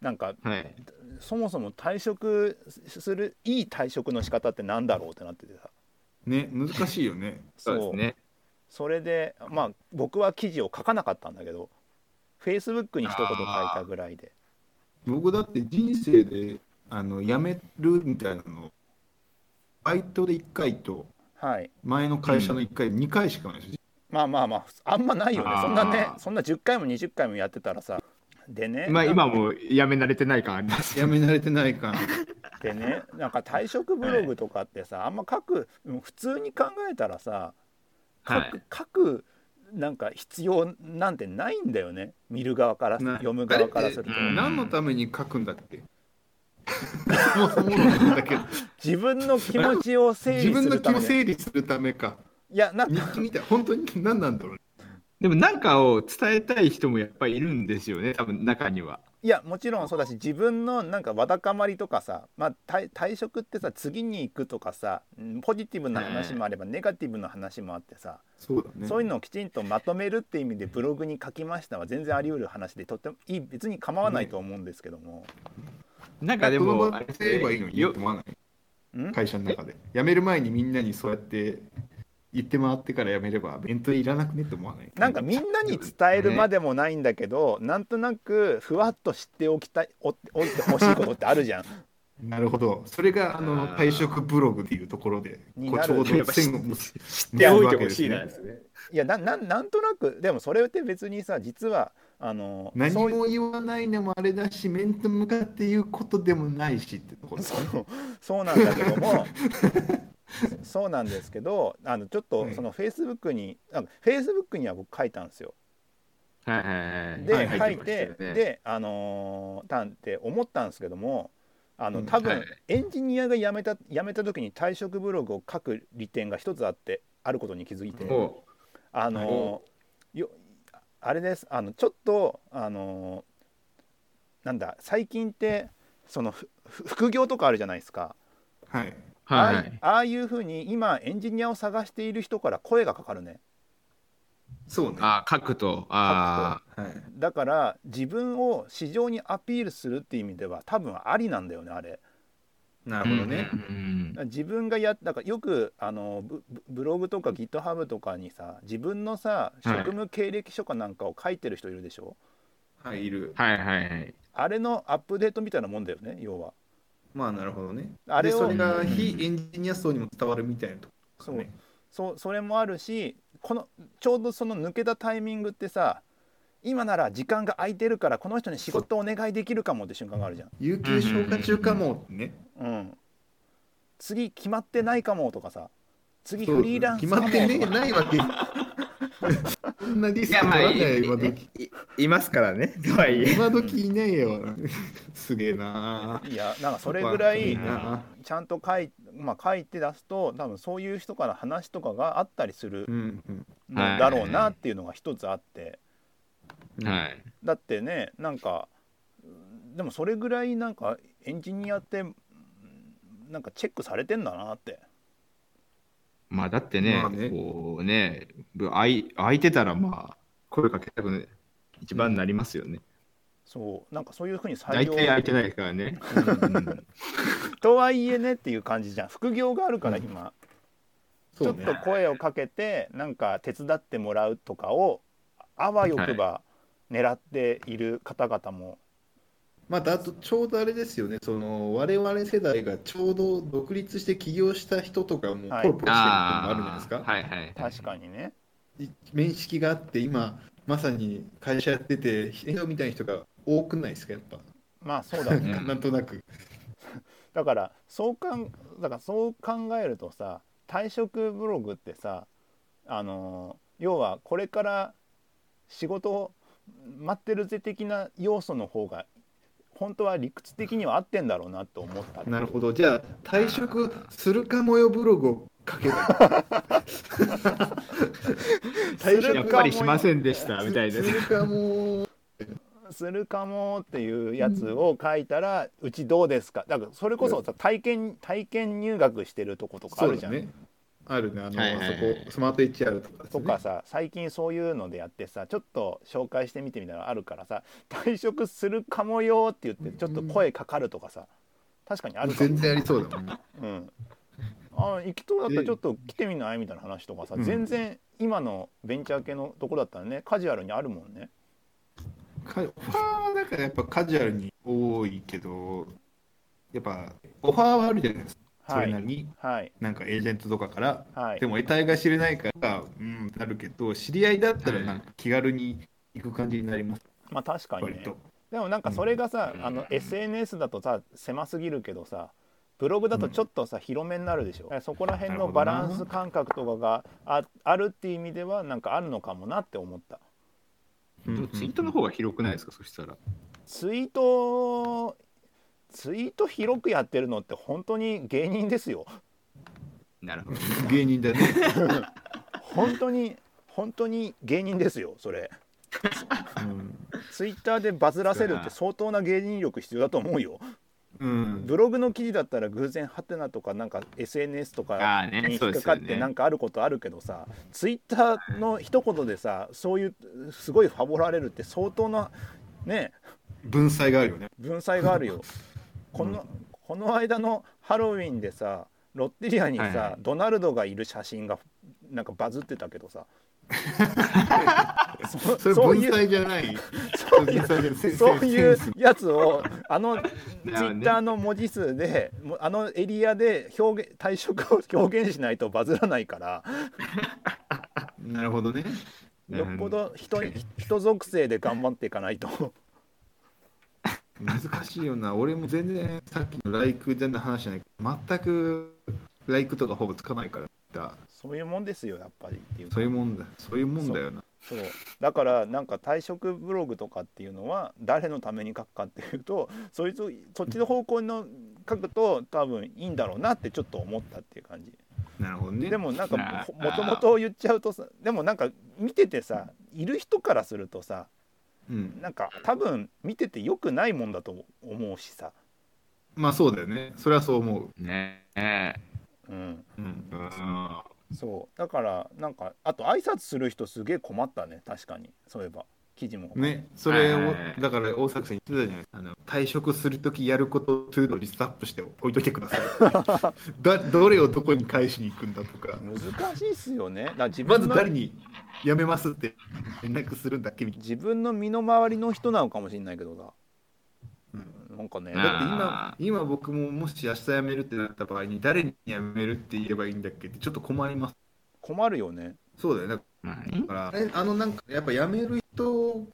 S1: なんか
S3: はい、
S1: そもそも退職するいい退職の仕方ってなんだろうってなっててさ
S2: ね、難しいよね。
S3: そうですね。
S1: それでまあ僕は記事を書かなかったんだけどフェイスブックに一言書いたぐらいで
S2: 僕だって人生であの辞めるみたいなのバイトで1回と
S1: はい
S2: 前の会社の1回、2回しかないですよ
S1: まあまあまああんまないよね
S3: あー
S1: そんなねそんな10回も20回もやってたらさでね
S3: まあ、
S1: なんか
S3: 今もやめ慣れてない感あります
S2: 辞め慣れてないから
S1: でねなんか退職ブログとかって さあんま書く普通に考えたらさ書く,、
S3: はい
S1: 書くなんか必要なんてないんだよね見る側から
S2: な
S1: 読む側からすると
S3: あれってうん
S2: 何のために書くんだっ けそもそもなんだけど
S1: 自分の気持ちを整
S2: 自
S1: 理
S2: 分
S1: す
S2: の
S1: る
S2: 気
S1: た
S2: を
S1: めに
S2: 整理するためか
S1: いやなん
S2: 日
S1: か
S2: 記みたい本当に何なんだろうね
S3: でも、なんかを伝えたい人もやっぱりいるんですよね、多分中には。
S1: いやもちろんそうだし自分のなんかわだかまりとかさ、まあ、退退職ってさ次に行くとかさうんポジティブな話もあればネガティブな話もあってさ、
S2: そうだね
S1: そういうのをきちんとまとめるって意味でブログに書きましたは全然あり得る話でとってもいい別に構わないと思うんですけども、
S3: なんかでも、
S2: その場で言えばいいのにね
S3: よ
S2: って思わない
S1: ん
S2: 会社の中で辞める前にみんなにそうやって言って回ってから辞めれば弁当いらなくねって思わない
S1: なんかみんなに伝えるまでもないんだけど、なんとなくふわっと知っておきたいおおいてほしいことってあるじ ゃん。
S2: なるほど。それがあの
S3: あー
S2: 退職ブログっていうところで、
S1: に
S2: こう
S1: な
S2: ち
S1: る
S2: ょう
S3: やっ
S2: ど
S3: ぱ
S2: 線を結
S3: 知
S2: ぶわけですね
S3: すね。
S1: いやななんなんとなくでもそれって別にさ実はあの
S2: 何
S1: そう
S2: も言わないのもあれだし、面と向かって言うことでもないしってところですね。
S1: そうそうなんだけどもそうなんですけどあのちょっと
S2: はい
S1: そのフェイスブックにフェイスブックには僕書いたんですよ。
S3: はいはいはい。
S1: で、
S2: はい
S1: 書
S2: 入
S1: い
S2: って
S3: ました
S1: て
S3: よね
S1: であのーたんって思ったんですけどもあの
S2: うん
S1: 多分、
S3: はい
S1: エンジニアが辞めた辞めた時に退職ブログを書く利点が一つあってあることに気づいて。
S3: も
S1: あのよあれですあのちょっとあのなんだ最近ってそのふふ副業とかあるじゃないですか、
S2: はい。
S3: う、はい
S1: あ
S3: は
S1: あい
S3: い。
S1: ああいうふうに今エンジニアを探している人から声がかかるね
S2: そうね。は
S3: あ書くと、あ
S2: い。
S1: だから自分を市場にアピールするっていう意味では多分ありなんだよねあれ
S2: な
S3: あ、
S2: るほどね
S3: う。んうん
S1: 自分がやだからよくあのブブブログとか GitHub とかにさ自分のさ
S3: はい
S1: 職務経歴書かなんかを書いてる人いるでしょ、
S2: はい、いる。
S3: はいはいはい。
S1: あれのアップデートみたいなもんだよね要は
S2: まあ、なるほどね。
S1: あれ
S2: で
S1: を
S2: それが非エンジニア層にも伝わるみたいなところですね。
S1: そうそれもあるしこのちょうどその抜けたタイミングってさ今なら時間が空いてるからこの人に仕事お願いできるかもって瞬間があるじゃん。
S2: 有給消化中かもね。
S1: うん、次決まってないかもとかさ次
S2: そう
S1: フリーランス
S2: 決
S1: か
S2: ま
S1: も
S2: ってねないわけ。 そんなリ
S3: い
S2: スク
S3: や
S2: 取
S3: まあ
S2: らないいよ、今時。
S3: いいいますからねとはいえ
S2: 今時いないよ。すげえな。
S1: いやなんかそれぐら
S2: い
S1: い
S2: いな
S1: ちゃんと書い,、まあ、書いて出すと多分そういう人から話とかがあったりする
S2: うんうん
S1: のだろうなっていうのが一つあって
S2: うん。
S3: はい
S1: だってねなんかでもそれぐらいなんかエンジニアってなんかチェックされてんだなって
S3: まあだってね,、
S2: まあね
S3: こうねぶあい空いてたらまあ声かけたくね一番なりますよね、
S1: そうなんかそういうふうに採
S3: 大
S1: 用
S3: 体空いてないですからね、うん
S1: とはいえねっていう感じじゃん副業があるから今、
S2: そ
S1: ちょ
S2: う
S1: っ
S2: ね
S1: と声をかけてなんか手伝ってもらうとかをあわよくば狙っている方々も、
S2: またあとちょうどあれですよね、その我々世代がちょうど独立して起業した人とかも
S1: はい
S2: ポロポロしてるのがあるじゃない
S3: あ
S2: です
S3: あ
S2: か、
S3: はいはい
S1: 確かにね
S2: い面識があって、今まさに会社やってて、営業みたいな人が多くないですか、やっぱ、
S1: まあそうだね
S3: うん
S2: なんとなく。
S1: だからそうかんだからそう考えるとさ退職ブログってさあのー要はこれから仕事を待ってるぜ的な要素の方が本当は理屈的には合ってんだろうなと思った
S2: なるほど、じゃあ、退職するかもよブログを書けばいい退
S1: する
S3: やっ
S2: 職
S3: ぱりしませんでしたみたい
S2: す
S3: な
S2: るかも、
S1: するかもっていうやつを書いたら、うちどうですかだからそれこそさ体験体験入学してるとことかあ
S2: そう
S1: るじ
S2: だ
S1: ゃん、
S2: ね、あるね、あの、
S3: はいはいはい
S2: あそこ、スマート HR とかです
S1: と
S2: ね、
S1: かさ最近そういうのでやってさちょっと紹介してみてみたいなのあるからさ退職するかもよって言ってちょっと声かかるとかさ確かにあるかも
S2: 全然ありそうだもんね。
S1: うん、あ行きとだったらちょっと来てみないみたいな話とかさ、
S2: うん
S1: 全然今のベンチャー系のとこだったらねカジュアルにあるもんね
S2: かオファーはだからやっぱカジュアルに多いけど、やっぱオファーはあるじゃないですか、そ
S1: は
S2: れないりに、
S1: はい
S2: なんかエージェントとかから、
S1: はい
S2: でも得体が知れないから、うん、なるけど、知り合いだったらなんか気軽に行く感じになります、
S1: まあ確かに
S2: 割
S1: ね
S2: と。
S1: でもなんかそれがさ、
S3: うん
S1: あの SNS だとさ狭すぎるけどさブログだとちょっとさ、広めになるでしょだからそこら辺のバランス感覚とかがああるっていう意味ではなんかあるのかもなって思った
S3: でもツイートの方が広くないですかそしたら
S1: ツイートツイート広くやってるのって本当に芸人ですよ
S3: なるほど
S2: 芸人 だね。
S1: 本当に本当に芸人ですよそれツイッターでバズらせるって相当な芸人力必要だと思うよ
S2: うん、うん
S1: ブログの記事だったら偶然ハテナとかなんか SNS とか
S3: ああね
S1: に
S3: そ
S1: 引
S3: う
S1: っ
S3: で
S1: か
S3: す
S1: か
S3: よ
S1: って
S3: ね
S1: なんかあることあるけどさ、ツイッターの一言でさそういうすごいファボられるって相当なね
S2: 文才があるよね。
S1: 文才があるよこのこの間のハロウィンでさロッテリアにさ、
S3: はいはい
S1: ドナルドがいる写真がなんかバズってたけど さそ
S2: それ
S1: そう
S2: 文
S1: いう
S2: 才じゃない。
S1: そういう
S2: 文才じゃないセンス
S1: そういう
S2: センス
S1: やつをあ のツイ
S3: なるほどね
S1: ッターの文字数でもうあのエリアで表現退職を表現しないとバズらないから
S2: なるほどね。
S3: な
S1: よ
S3: る
S1: っぽ
S3: ほ
S1: ど人 人属性で頑張っていかないと
S2: 難しいよな俺も全然さっきの「ライク」全然話じゃない全く「ライク」とかほぼつかないからだ
S1: そういうもんですよやっぱりっていうか
S2: そういうもんだそういうもんだよな
S1: そうだからなんか退職ブログとかっていうのは誰のために書くかっていうとそいつそっちの方向の書くと多分いいんだろうなってちょっと思ったっていう感じ。
S2: なるほどね
S1: でもなんか
S3: な
S1: もともと言っちゃうとさでもなんか見ててさいる人からするとさ
S2: うん、
S1: なんか多分見てて良くないもんだと思うしさ、
S2: まあそうだよねそれはそう思
S3: どねえ
S1: うん、
S2: う、
S3: うんあ
S1: そうだからなんかあと挨拶する人すげえ困ったね確かにそういえば記事も、
S2: うん、ねそれを、
S3: はいはいはい
S2: だから大作さん言ってたじゃないですかあの退職する時やることトゥードリストアップして置いといてください だどれをどこに返しに行くんだとか
S1: 難しいっすよねだから自
S2: ま
S1: 分
S2: ず
S1: の、
S2: 誰に辞めますって連絡するんだっけみたい
S1: 自分の身の回りの人なのかもしれないけどさ、なんかね
S3: う
S2: だ
S3: ん
S2: って今
S3: あ
S2: 今僕ももし明日辞めるってなった場合に誰に辞めるって言えばいいんだっけってちょっと困ります
S1: 困るよね
S2: そうだよね
S3: まあね
S2: だからあれあのなんかやっぱ辞める人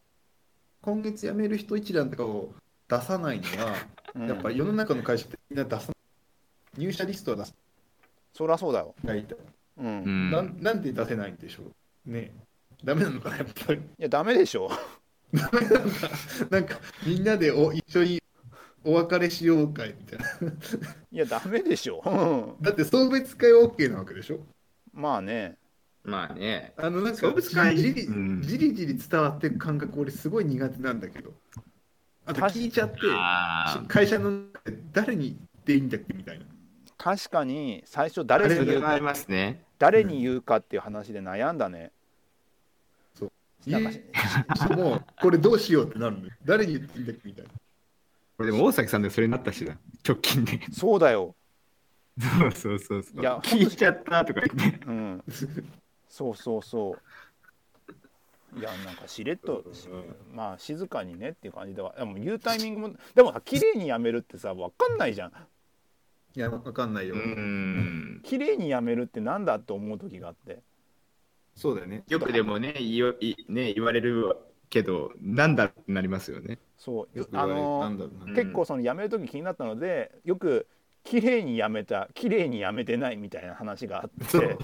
S2: 今月辞める人一覧とかを出さないのは、
S1: うん
S2: やっぱ世の中の会社ってみんな出さない入社リストは出さ
S1: そりゃそうだよ、
S2: ないと
S1: うん
S3: うん
S2: なんなんで出せないんでしょうねダメなのかなやっぱり
S1: いやダメでしょ
S2: なんかみんなでお一緒にお別れしよう会みたいない
S1: やダメでしょうん
S2: だって送別会は OK なわけでしょ
S1: まあね
S3: まあね。
S2: あのなんか
S3: 送別会
S2: じり
S3: うん
S2: じりじり伝わってく感覚俺すごい苦手なんだけどあと
S1: 確か
S2: 聞いちゃって
S3: あ
S2: 会社の中で誰に言っていいんだっけみたいな
S1: 確かに最初
S3: あ、
S1: 誰
S3: そ
S1: に
S3: れ
S1: 言う
S3: はありますね。
S1: 誰に言うかっていう話で悩んだねなんかし
S2: 家もうこれどうしようってなるのよ誰に言っていいんだっけみたいな
S3: これでも大崎さんでそれになったしな、直近で。
S1: そうだよ
S3: そうそうそうそう。
S1: いや
S3: 聞いちゃったとか言って。
S1: うんそうそうそういやなんかしれっとしまあ静かにねっていう感じではでも言うタイミングもでもさ綺麗にやめるってさ分かんないじゃん
S2: いやわかんないよ、
S3: うん。
S1: 綺麗にやめるってなんだって思う時があって
S2: そうだよね
S3: よくでもね、言わいね言われるけど、なんだってなりま すよね。
S1: そう
S2: よく言
S1: あ
S2: われるな
S1: の
S2: んだろうな
S3: うん
S1: 結構その辞める時気になったのでよく綺麗に辞めた綺麗に辞めてないみたいな話があって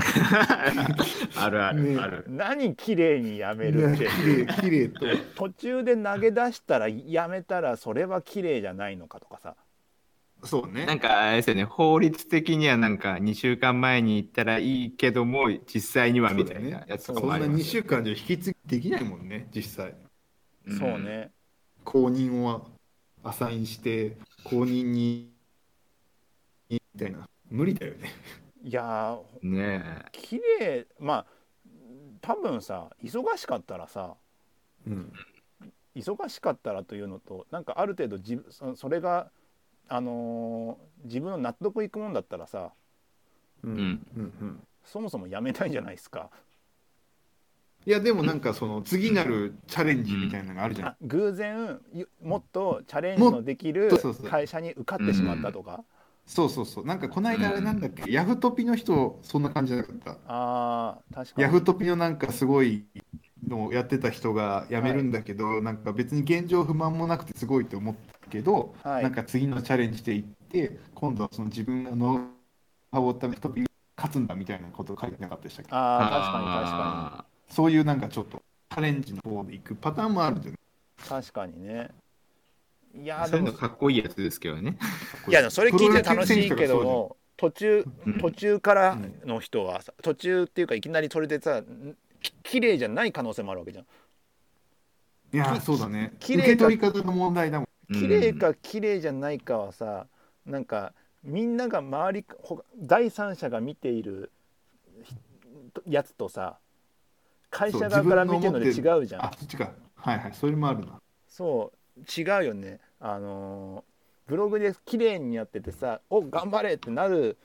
S3: あるあ
S2: ね
S3: るある。
S1: 何綺麗に辞め
S2: い
S1: る
S2: や
S1: っ
S2: 綺
S1: て
S2: 麗綺麗と
S1: 途中で投げ出したらやめたらそれは綺麗じゃないのかとかさ
S2: そうね
S3: なんかあれですよね、法律的にはなんか2週間前に行ったらいいけども、実際にはみたいなやつ
S2: そ
S3: と
S2: う
S3: か
S2: そん
S3: もあ
S2: な
S3: り
S2: 2
S3: ます
S2: 週
S3: よ
S2: 間じゃ引き継ぎできないもんね実際
S3: ん
S1: そうね
S2: 公認をアサインして公認にみたいな無理だよね
S1: いやー
S3: ね
S1: 綺麗まあ多分さ忙しかったらさ
S2: うん
S1: 忙しかったらというのとなんかある程度自分そそれがあのー自分の納得いくもんだったらさ
S2: う
S3: え。
S2: ん
S3: うん。
S2: うんうん
S1: そもそもやめたいじゃないですか
S2: いやでもなんかその次なるチャレンジみたいなのがあるじゃん
S1: あ偶然ゆもっとチャレンジのできる
S2: もっとそうそう
S1: 会社に受かってしまったとか
S2: そうそうそうなんかこの間あれなんだっけヤフトピの人そんな感じじゃなかった
S1: あー確かに
S2: ヤフトピのなんかすごいのをやってた人が辞めるんだけど、なんか別に現状不満もなくてすごいと思ったけど、
S1: はい
S2: なんか次のチャレンジで行って今度はその自分のノウハウをためトピ勝つんだみたいなことを書いてなかったでしたっけ
S1: あー確かに確かに
S2: そういうなんかちょっとチャレンジの方で行くパターンもあるじゃない
S1: 確かにねい
S3: あ
S1: やー
S3: あそ
S1: で
S3: ういう
S1: も
S3: のかっこいいやつですけどね。
S1: いやでもそれ聞いて楽しい
S2: プロ野球
S1: け
S2: 選手と
S1: ど
S2: かそう
S1: も途中
S3: うん
S1: 途中からの人はさ途中っていうかいきなりそれでさき綺麗じゃない可能性もあるわけじゃん
S2: じゃんいやーそうだね
S1: き
S2: 受け取り方の問題だもん
S1: 綺麗か綺麗じゃないかはさなんかみんなが周りほ第三者が見ているひやつとさ会社側から見てるので
S2: そう自分
S1: 違うじゃん
S2: あそっちかはいはいそれもあるな
S1: そう違うよねあのーブログで綺麗にやっててさ「お頑張れ!」ってなる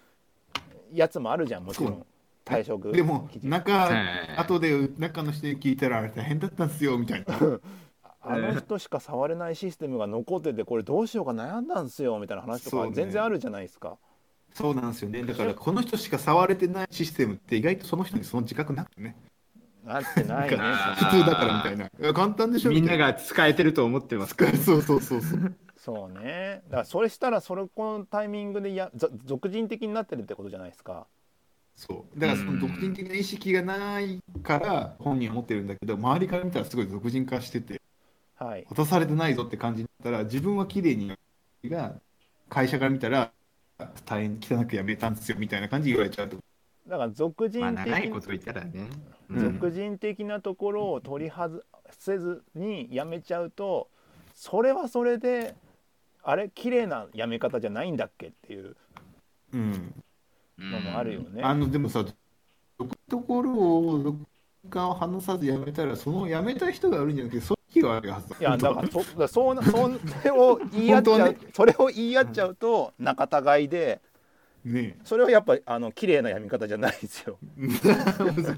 S1: やつもあるじゃんもちろ
S2: そうん
S1: 退職
S2: でも
S1: 記事
S2: 中
S3: はい
S2: 後で中の人に聞いたらあれ大変だったんですよみたいな
S1: あの人しか触れないシステムが残っててこれどうしようか悩んだんすよみたいな話と
S2: そう
S1: か
S2: ね
S1: 全然あるじゃないですか、
S2: そうなんですよね。だからこの人しか触れてないシステムって意外とその人にその自覚なくてね。
S1: なってないね
S3: なんか
S2: 普通だからみたいな。いや簡単でしょ
S3: みんな
S2: み
S3: が使えてると思ってます
S2: たいなそうそうそうそう。
S1: そうねだからそれしたらそれこのタイミングでやぞ俗人的になってるってことじゃないですか
S2: そう。だからその独人的な意識がないから本人は持ってるんだけど、周りから見たらすごい俗人化してて、
S1: はい
S2: 渡されてないぞって感じになったら、自分は綺麗にが会社から見たら大変汚くやめたんですよみたいな感じで言われちゃうと。
S1: だから俗人
S3: まあ、
S1: 的
S3: 長いこと言ったらね。
S2: うん
S1: 俗人的なところを取り外せずにやめちゃうとそれはそれであれ綺麗なやめ方じゃないんだっけっていう
S2: うん。
S1: のもあるよね。
S2: あのでもさ、どこところを、どこかを話さず辞めたら、その辞めた人があるんじゃなくて、その日があるはずだ。
S1: いやだ
S2: 本
S1: から
S2: 当
S1: そだからそうなそんそれを言い合っち
S2: 本当
S1: ゃ
S2: は
S1: う、
S2: ね
S1: それを言い合っちゃうと仲違いで
S2: ね
S1: それはやっぱあの綺麗なやめ方じゃないですよ
S2: え 難しい。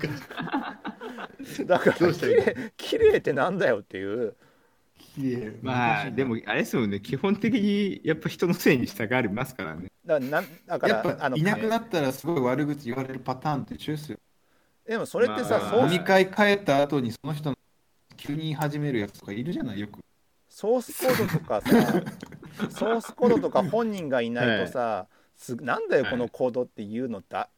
S1: だから
S2: どうし
S1: 綺
S2: たらいいの
S1: 麗綺麗ってなんだよっていう
S2: 綺麗
S3: まあ、で、も、あれですもんね、基本的にやっぱ人のせいに従いますからね。
S1: だからなんだか
S2: 難しいなや
S1: ら
S2: っぱ
S1: あの
S2: いなくなったら、すごい悪口言われるパターンと一緒ですよ。
S1: でもそれってさ、
S3: まあ
S1: そう
S2: 飲み会帰った後に、その人の急に言い始めるやつとかいるじゃない、よく。
S1: ソースコードとか さソースコードとか本人がいないとさ、すなんだよこのコードっていうのってあ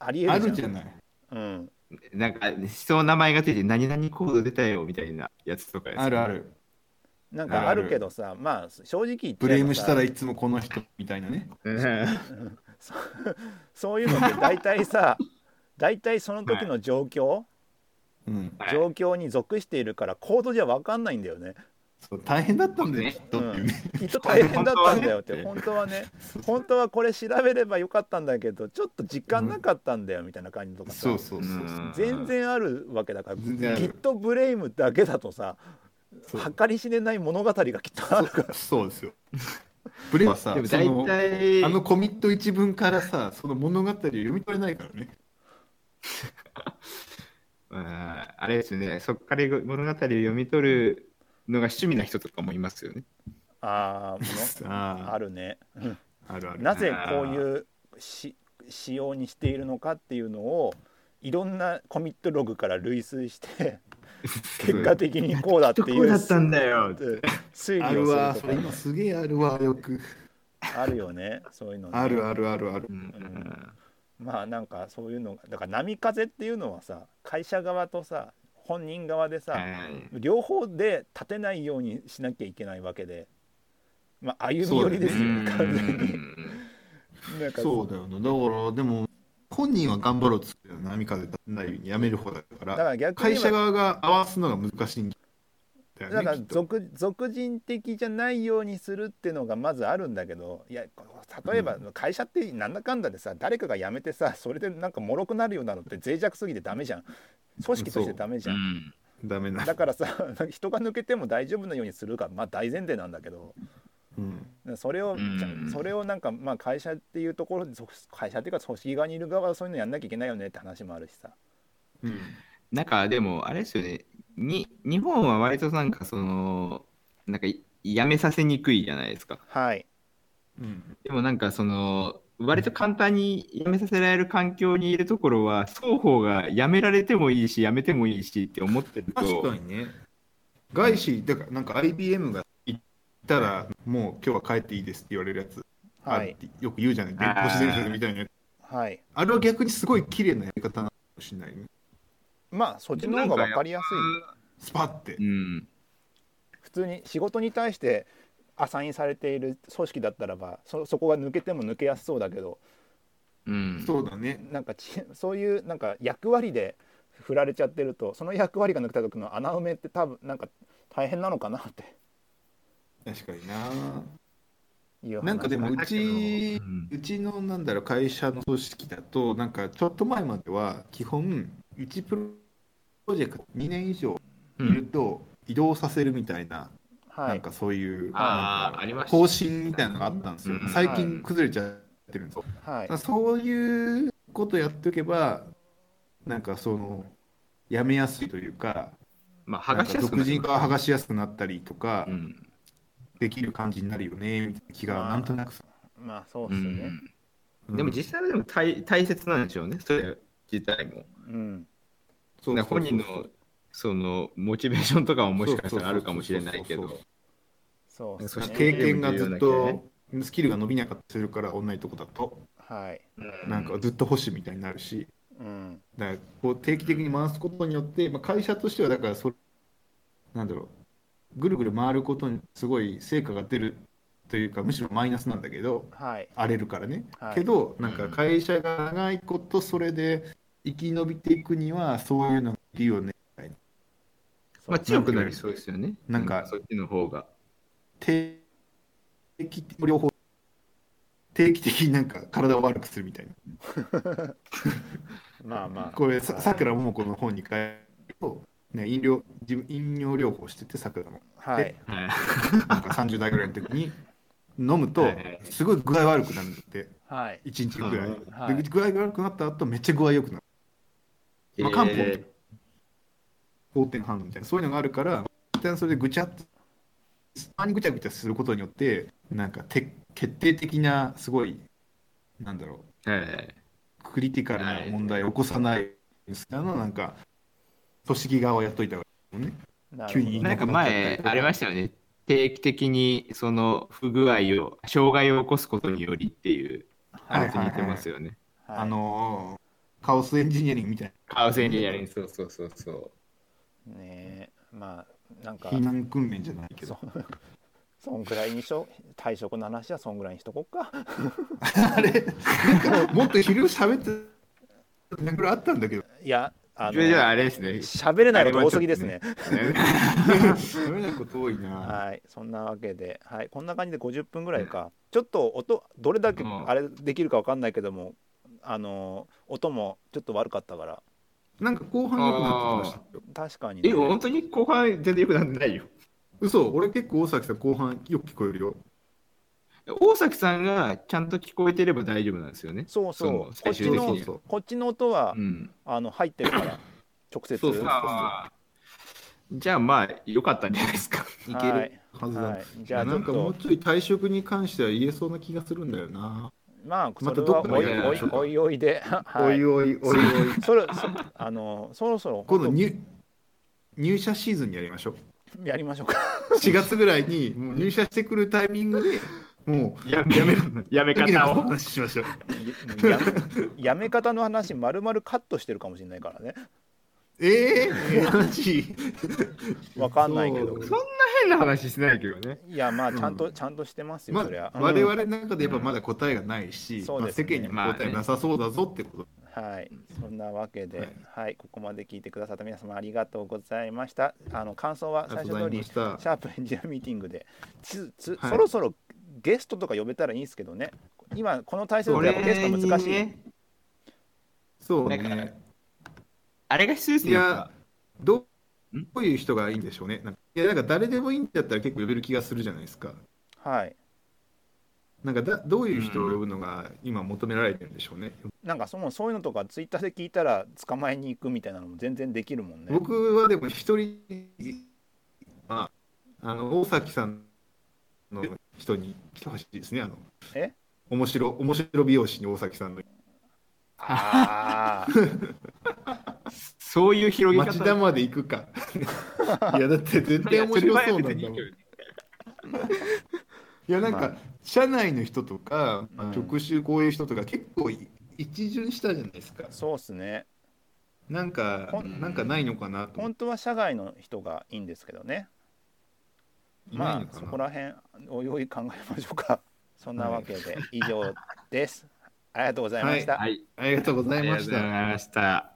S1: ありえ
S2: あ
S1: る
S2: る
S1: じ
S2: じ
S1: ゃ
S2: ゃ
S1: ん、
S2: ない。
S1: うん、
S3: なんか人の名前がついて何々コード出たよみたいなやつとかですね
S2: ある ある。
S1: なんかあるけどさまあ正直言っ
S2: ブ
S1: て
S2: レイムしたら
S1: い
S2: いつもこの人みたいなね。
S1: そそういうのって大体 さ大体その時の状況、
S2: うん。
S3: はい
S1: 状況に属しているからコードじゃ分かんないんだよね。
S2: そう大変だったんだよ、
S3: ね
S2: きっとっていうね。
S1: きっと大変だったんだよって本
S3: 本
S1: 当はね本当はこれ調べればよかったんだけどちょっと時間なかったんだよみたいな感じとかさ、
S2: そうそうそうそう。
S1: 全然あるわけだから
S2: 全然ある
S1: きっとブレイムだけだとさ
S2: そう
S1: 計り知れない物語がきっとあるから
S2: そうですよ。ブレイはさ
S3: でも、
S2: そ
S3: 大
S2: の
S3: 体
S2: あのコミット一文からさ、その物語を読み取れないからね。
S3: うんあれですねそこから物語を読み取るのが趣味な人とかもいますよね
S1: あーもの
S2: あ
S1: あるね。うん
S2: あ、あるある。
S1: なぜこういうし仕様にしているのかっていうのをいろんなコミットログから類推して結果 的にこうだってい
S3: こう
S1: う
S3: だったんだよ
S1: うん推
S2: あ
S1: 理
S2: る
S1: を
S2: わ、
S1: す
S2: そ
S1: る
S2: れ
S1: と
S2: 今すげえあるわ、よく。
S1: かあるよねそういうのね
S2: あるあるあるある
S3: う。
S1: ん
S3: ん
S1: まあなんかそういうのがだから波風っていうのはさ会社側とさ本人側でさ
S3: はい
S1: 両方で立てないようにしなきゃいけないわけでまあ歩み寄りですよね
S3: う
S1: 完全に
S3: ん
S1: なんか
S2: そうだよな。だから、でも、本人は頑張ろうっつってたよな波風立てないようにやめる方だか、
S1: だからら逆に
S2: 会社
S1: 今
S2: 側が合わすのが難しいんだ
S1: だ
S2: よ
S1: か
S2: ね。
S1: ら
S2: きっと
S1: 俗俗人的じゃないようにするっていうのがまずあるんだけどいや例えば会社ってなんだかんだでさ誰かが辞めてさそれでなんか脆くなるようなのって脆弱すぎてダメじゃん組織としてダメじゃん。
S2: ダメな。
S1: だからさ 人が抜けても大丈夫なようにするが、まあ、大前提なんだけど
S2: うん
S1: それを、
S3: うん
S1: じゃそれをなんか、まあ、会社っていうところでそ会社っていうか組織側にいる側はそういうのやんなきゃいけないよねって話もあるしさ
S2: うん
S3: なんかでもあれですよねに日本は割となんかそのなんかいやめさせにくいじゃないですか
S1: はい
S2: うん
S3: でもなんかその割と簡単に辞めさせられる環境にいるところは双方が辞められてもいいし辞めてもいいしって思ってる
S2: 確
S3: と
S2: かにね。外資、だからなんか IBM が行ったら、もう今日は帰っていいですって言われるやつ、
S1: はい
S2: あよく言うじゃない、
S3: あー
S2: 都市伝説みたいなやつ。
S1: はい
S2: あれは逆にすごい綺麗なやり方なのかもしれないね。
S1: まあそっちの方が分かりやすい
S2: スパって
S3: う。ん
S1: 普通に仕事に対してアサインされている組織だったらばそそこが抜けても抜けやすそうだけど
S3: うん
S2: そうだね。
S1: なんかちそういうなんか役割で振られちゃってるとその役割が抜けた時の穴埋めって多分なんか大変なのかなって
S2: 確かにな。
S1: いう話
S2: なんかでもうち
S3: うん、
S2: うちのなんだろう会社の組織だと、なんかちょっと前までは、基本、うちプロジェクト2年以上いると移動させるみたいな、
S1: は
S2: ないんかそういう
S3: あ
S2: な
S3: ー
S2: んか
S3: ありました
S2: 方針みたいなのがあったんですよ
S3: うん。
S2: 最近崩れちゃってるんですよ。
S1: はい
S2: だからそういうことやっておけば、なんかその、やめやすいというか、
S3: まあ剥がしやす
S2: な
S3: く
S2: か
S3: なんり
S2: 独自化剥がしやすくなったりとか
S3: う、ん
S2: できる感じになるよね、みたいな気がなんとなくする
S1: まあそう
S3: う
S1: ですよ
S3: ん
S1: ね、
S2: うん
S3: でも実際はでも大大切なんでしょうねそれ自体も
S1: うん、
S2: そうそうそう
S3: 本人のそのモチベーションとかはもしかしたらあるかもしれないけ
S2: そうそう
S3: ど
S1: そうです
S2: そ
S1: ね
S2: して経験がずっと
S3: ね
S2: スキルが伸びなかったりするから同じとこだと
S1: はい、
S2: なんかずっと保守みたいになるし
S1: うん、
S2: だからこう定期的に回すことによって、まあ、会社としてはだからそれなんだろうぐるぐる回ることにすごい成果が出るというかむしろマイナスなんだけど
S1: はい
S2: 荒れるからね、
S1: はい
S2: けどなんか会社が長いことそれで生き延びていくにはそういうのがいるよねみたいな
S3: まあ強くなりそうですよね
S2: なんか
S3: そっちの方が
S2: 定期的両方定期的になんか体を悪くするみたいな。
S1: まあまあ
S2: これささくらももこの本に書いてあると、ね、飲料自分飲料療法しててさくらも
S1: はい
S3: はい
S2: なんか30代ぐらいの時に飲むと
S3: はいはいはい
S2: すごい具合悪くなるんだって
S1: はい
S2: 1日ぐらい、
S3: うん
S1: はい
S2: で具合が悪くなった後めっちゃ具合良くなるまあ漢方
S3: え
S2: 好転反応みたいなそういうのがあるから一旦それでぐちゃっとたまにぐちゃぐちゃすることによってなんかて決定的なすごいなんだろう
S3: ーはい
S2: クリティカルな問題を起こさないあのなんか組織側をやっといた方がいいもんね
S1: な
S2: 急に
S3: なんか前ありましたよね定期的にその不具合を障害を起こすことによりっていう
S1: はい
S3: あれと似てますよね、
S1: はい
S2: あのーカオスエンジニアリングみたい
S3: カオスエンジニアリング、そうそうそうそう。
S1: ねえまあなん
S2: な
S1: か
S2: 避難訓練じゃないけど
S1: そ そんぐらいにしと退職の話はそんぐらいにしとこっか
S2: あれなんかもっと昼喋ってなんかいろいろあった んだけど
S1: いやあ
S3: それじゃあ
S1: の
S3: あれですね。
S1: 喋れないこと多すぎですね
S2: 喋れないこと多いな
S1: はい、そんなわけで、はい、こんな感じで50分ぐらいか、ちょっと音どれだけ
S3: うん
S1: あれできるかわかんないけども、あの音もちょっと悪かったから
S2: なんか後半良くなってきました
S1: 確かに、ね
S3: え、、本当に後半全然良くなってないよ。
S2: 嘘俺結構大崎さん後半よく聞こえるよ
S3: 大崎さんがちゃんと聞こえてれば大丈夫なんですよね。
S1: そうそう
S3: その
S1: こっ
S3: 最
S1: ち
S3: 終的
S1: の
S3: に
S2: そうそう
S1: こっちの音は、
S3: うん。
S1: あの入ってる から直接
S2: そうそう
S3: まあまあじゃあまあ、良かったんじゃないですか。
S2: いけ
S1: は
S2: る
S1: い
S2: はずだ、
S1: はい、じゃあち
S2: な
S1: ょっ
S2: んかもう
S1: と
S2: ちょい退職に関しては言えそうな気がするんだよな。
S1: まあそ
S2: ま
S1: れ
S2: たど
S1: は
S2: っか
S1: おい
S3: で
S1: おいおいおい で、
S2: お
S1: はいい、
S2: おいおいおい。
S1: そろそあのそろそろ
S2: 今度入入社シーズンにやりましょう。
S1: やりましょうか
S2: 4月ぐらいにもう入社してくるタイミングでもう
S3: やめ、やめ、やめ
S2: だけの
S3: 方を。
S2: 話しましょう。
S1: ややめ方の話まるまるカットしてるかもしれないからね
S2: えー、マジ
S1: わかんないけど
S2: そう
S3: そんな変な話してないけどね。
S1: いやまあちゃんと、ちゃんとしてますよ、
S2: ま
S1: そりゃ、
S2: あ、我々の中でやっぱまだ答えがないし、
S1: うんそう
S2: ま
S1: で
S2: あ、
S1: す
S2: 世
S1: ね
S2: 間にも答えなさそうだぞってこと。
S1: はいそんなわけで、は
S2: はいい、
S1: ここまで聞いてくださった皆様ありがとうございましたあの感想は最初通り
S2: ありがとうございま
S1: シ
S2: した
S1: ャープエンジニアミーティングでつつ、
S2: はい
S1: そろそろゲストとか呼べたらいいんですけどね今この体制
S3: こ
S1: で
S3: れ
S1: やっぱゲスト難しい、
S3: ね
S2: そう
S3: なんか
S2: ね。
S3: あれが必要ですね。
S2: い
S3: やっぱ
S2: や、どういう人がいいんでしょうね。なんかいや、なんか誰でもいいんだったら結構呼べる気がするじゃないですか。
S1: はい
S2: なんかだどういう人を呼ぶのが今求められてるんでしょうね。
S1: なんかそのそういうのとかツイッターで聞いたら捕まえに行くみたいなのも全然できるもんね
S2: 僕はでも一人、まあ、あの大崎さんの人に来てほしいですね。あの
S1: え
S2: 面白面白美容師に大崎さんの
S1: あー
S3: そういう広げ方。
S2: 町田まで行くか。いやだって絶対面白そうなんだもん。いやなん
S1: ま
S2: か社内の人とか、まあ
S1: うん
S2: 職種こういう人とか結構い一巡したじゃないですか。
S1: そうっすね
S2: なん
S1: ほ
S2: か
S1: ん
S2: なんかないのかなと思っ
S1: 本
S2: て。
S1: 当は社外の人がいいんですけどね
S2: いな
S1: ま
S2: いの
S1: あ
S2: か
S1: そ
S2: な
S1: こら辺おいおい考えましょうか。そんなわけで以上です。ありがとうございました。
S3: はい。
S2: ありがとうござ
S3: あ
S2: い
S3: りが
S2: ま
S3: とう
S2: し
S3: ござい
S2: た。
S3: ました。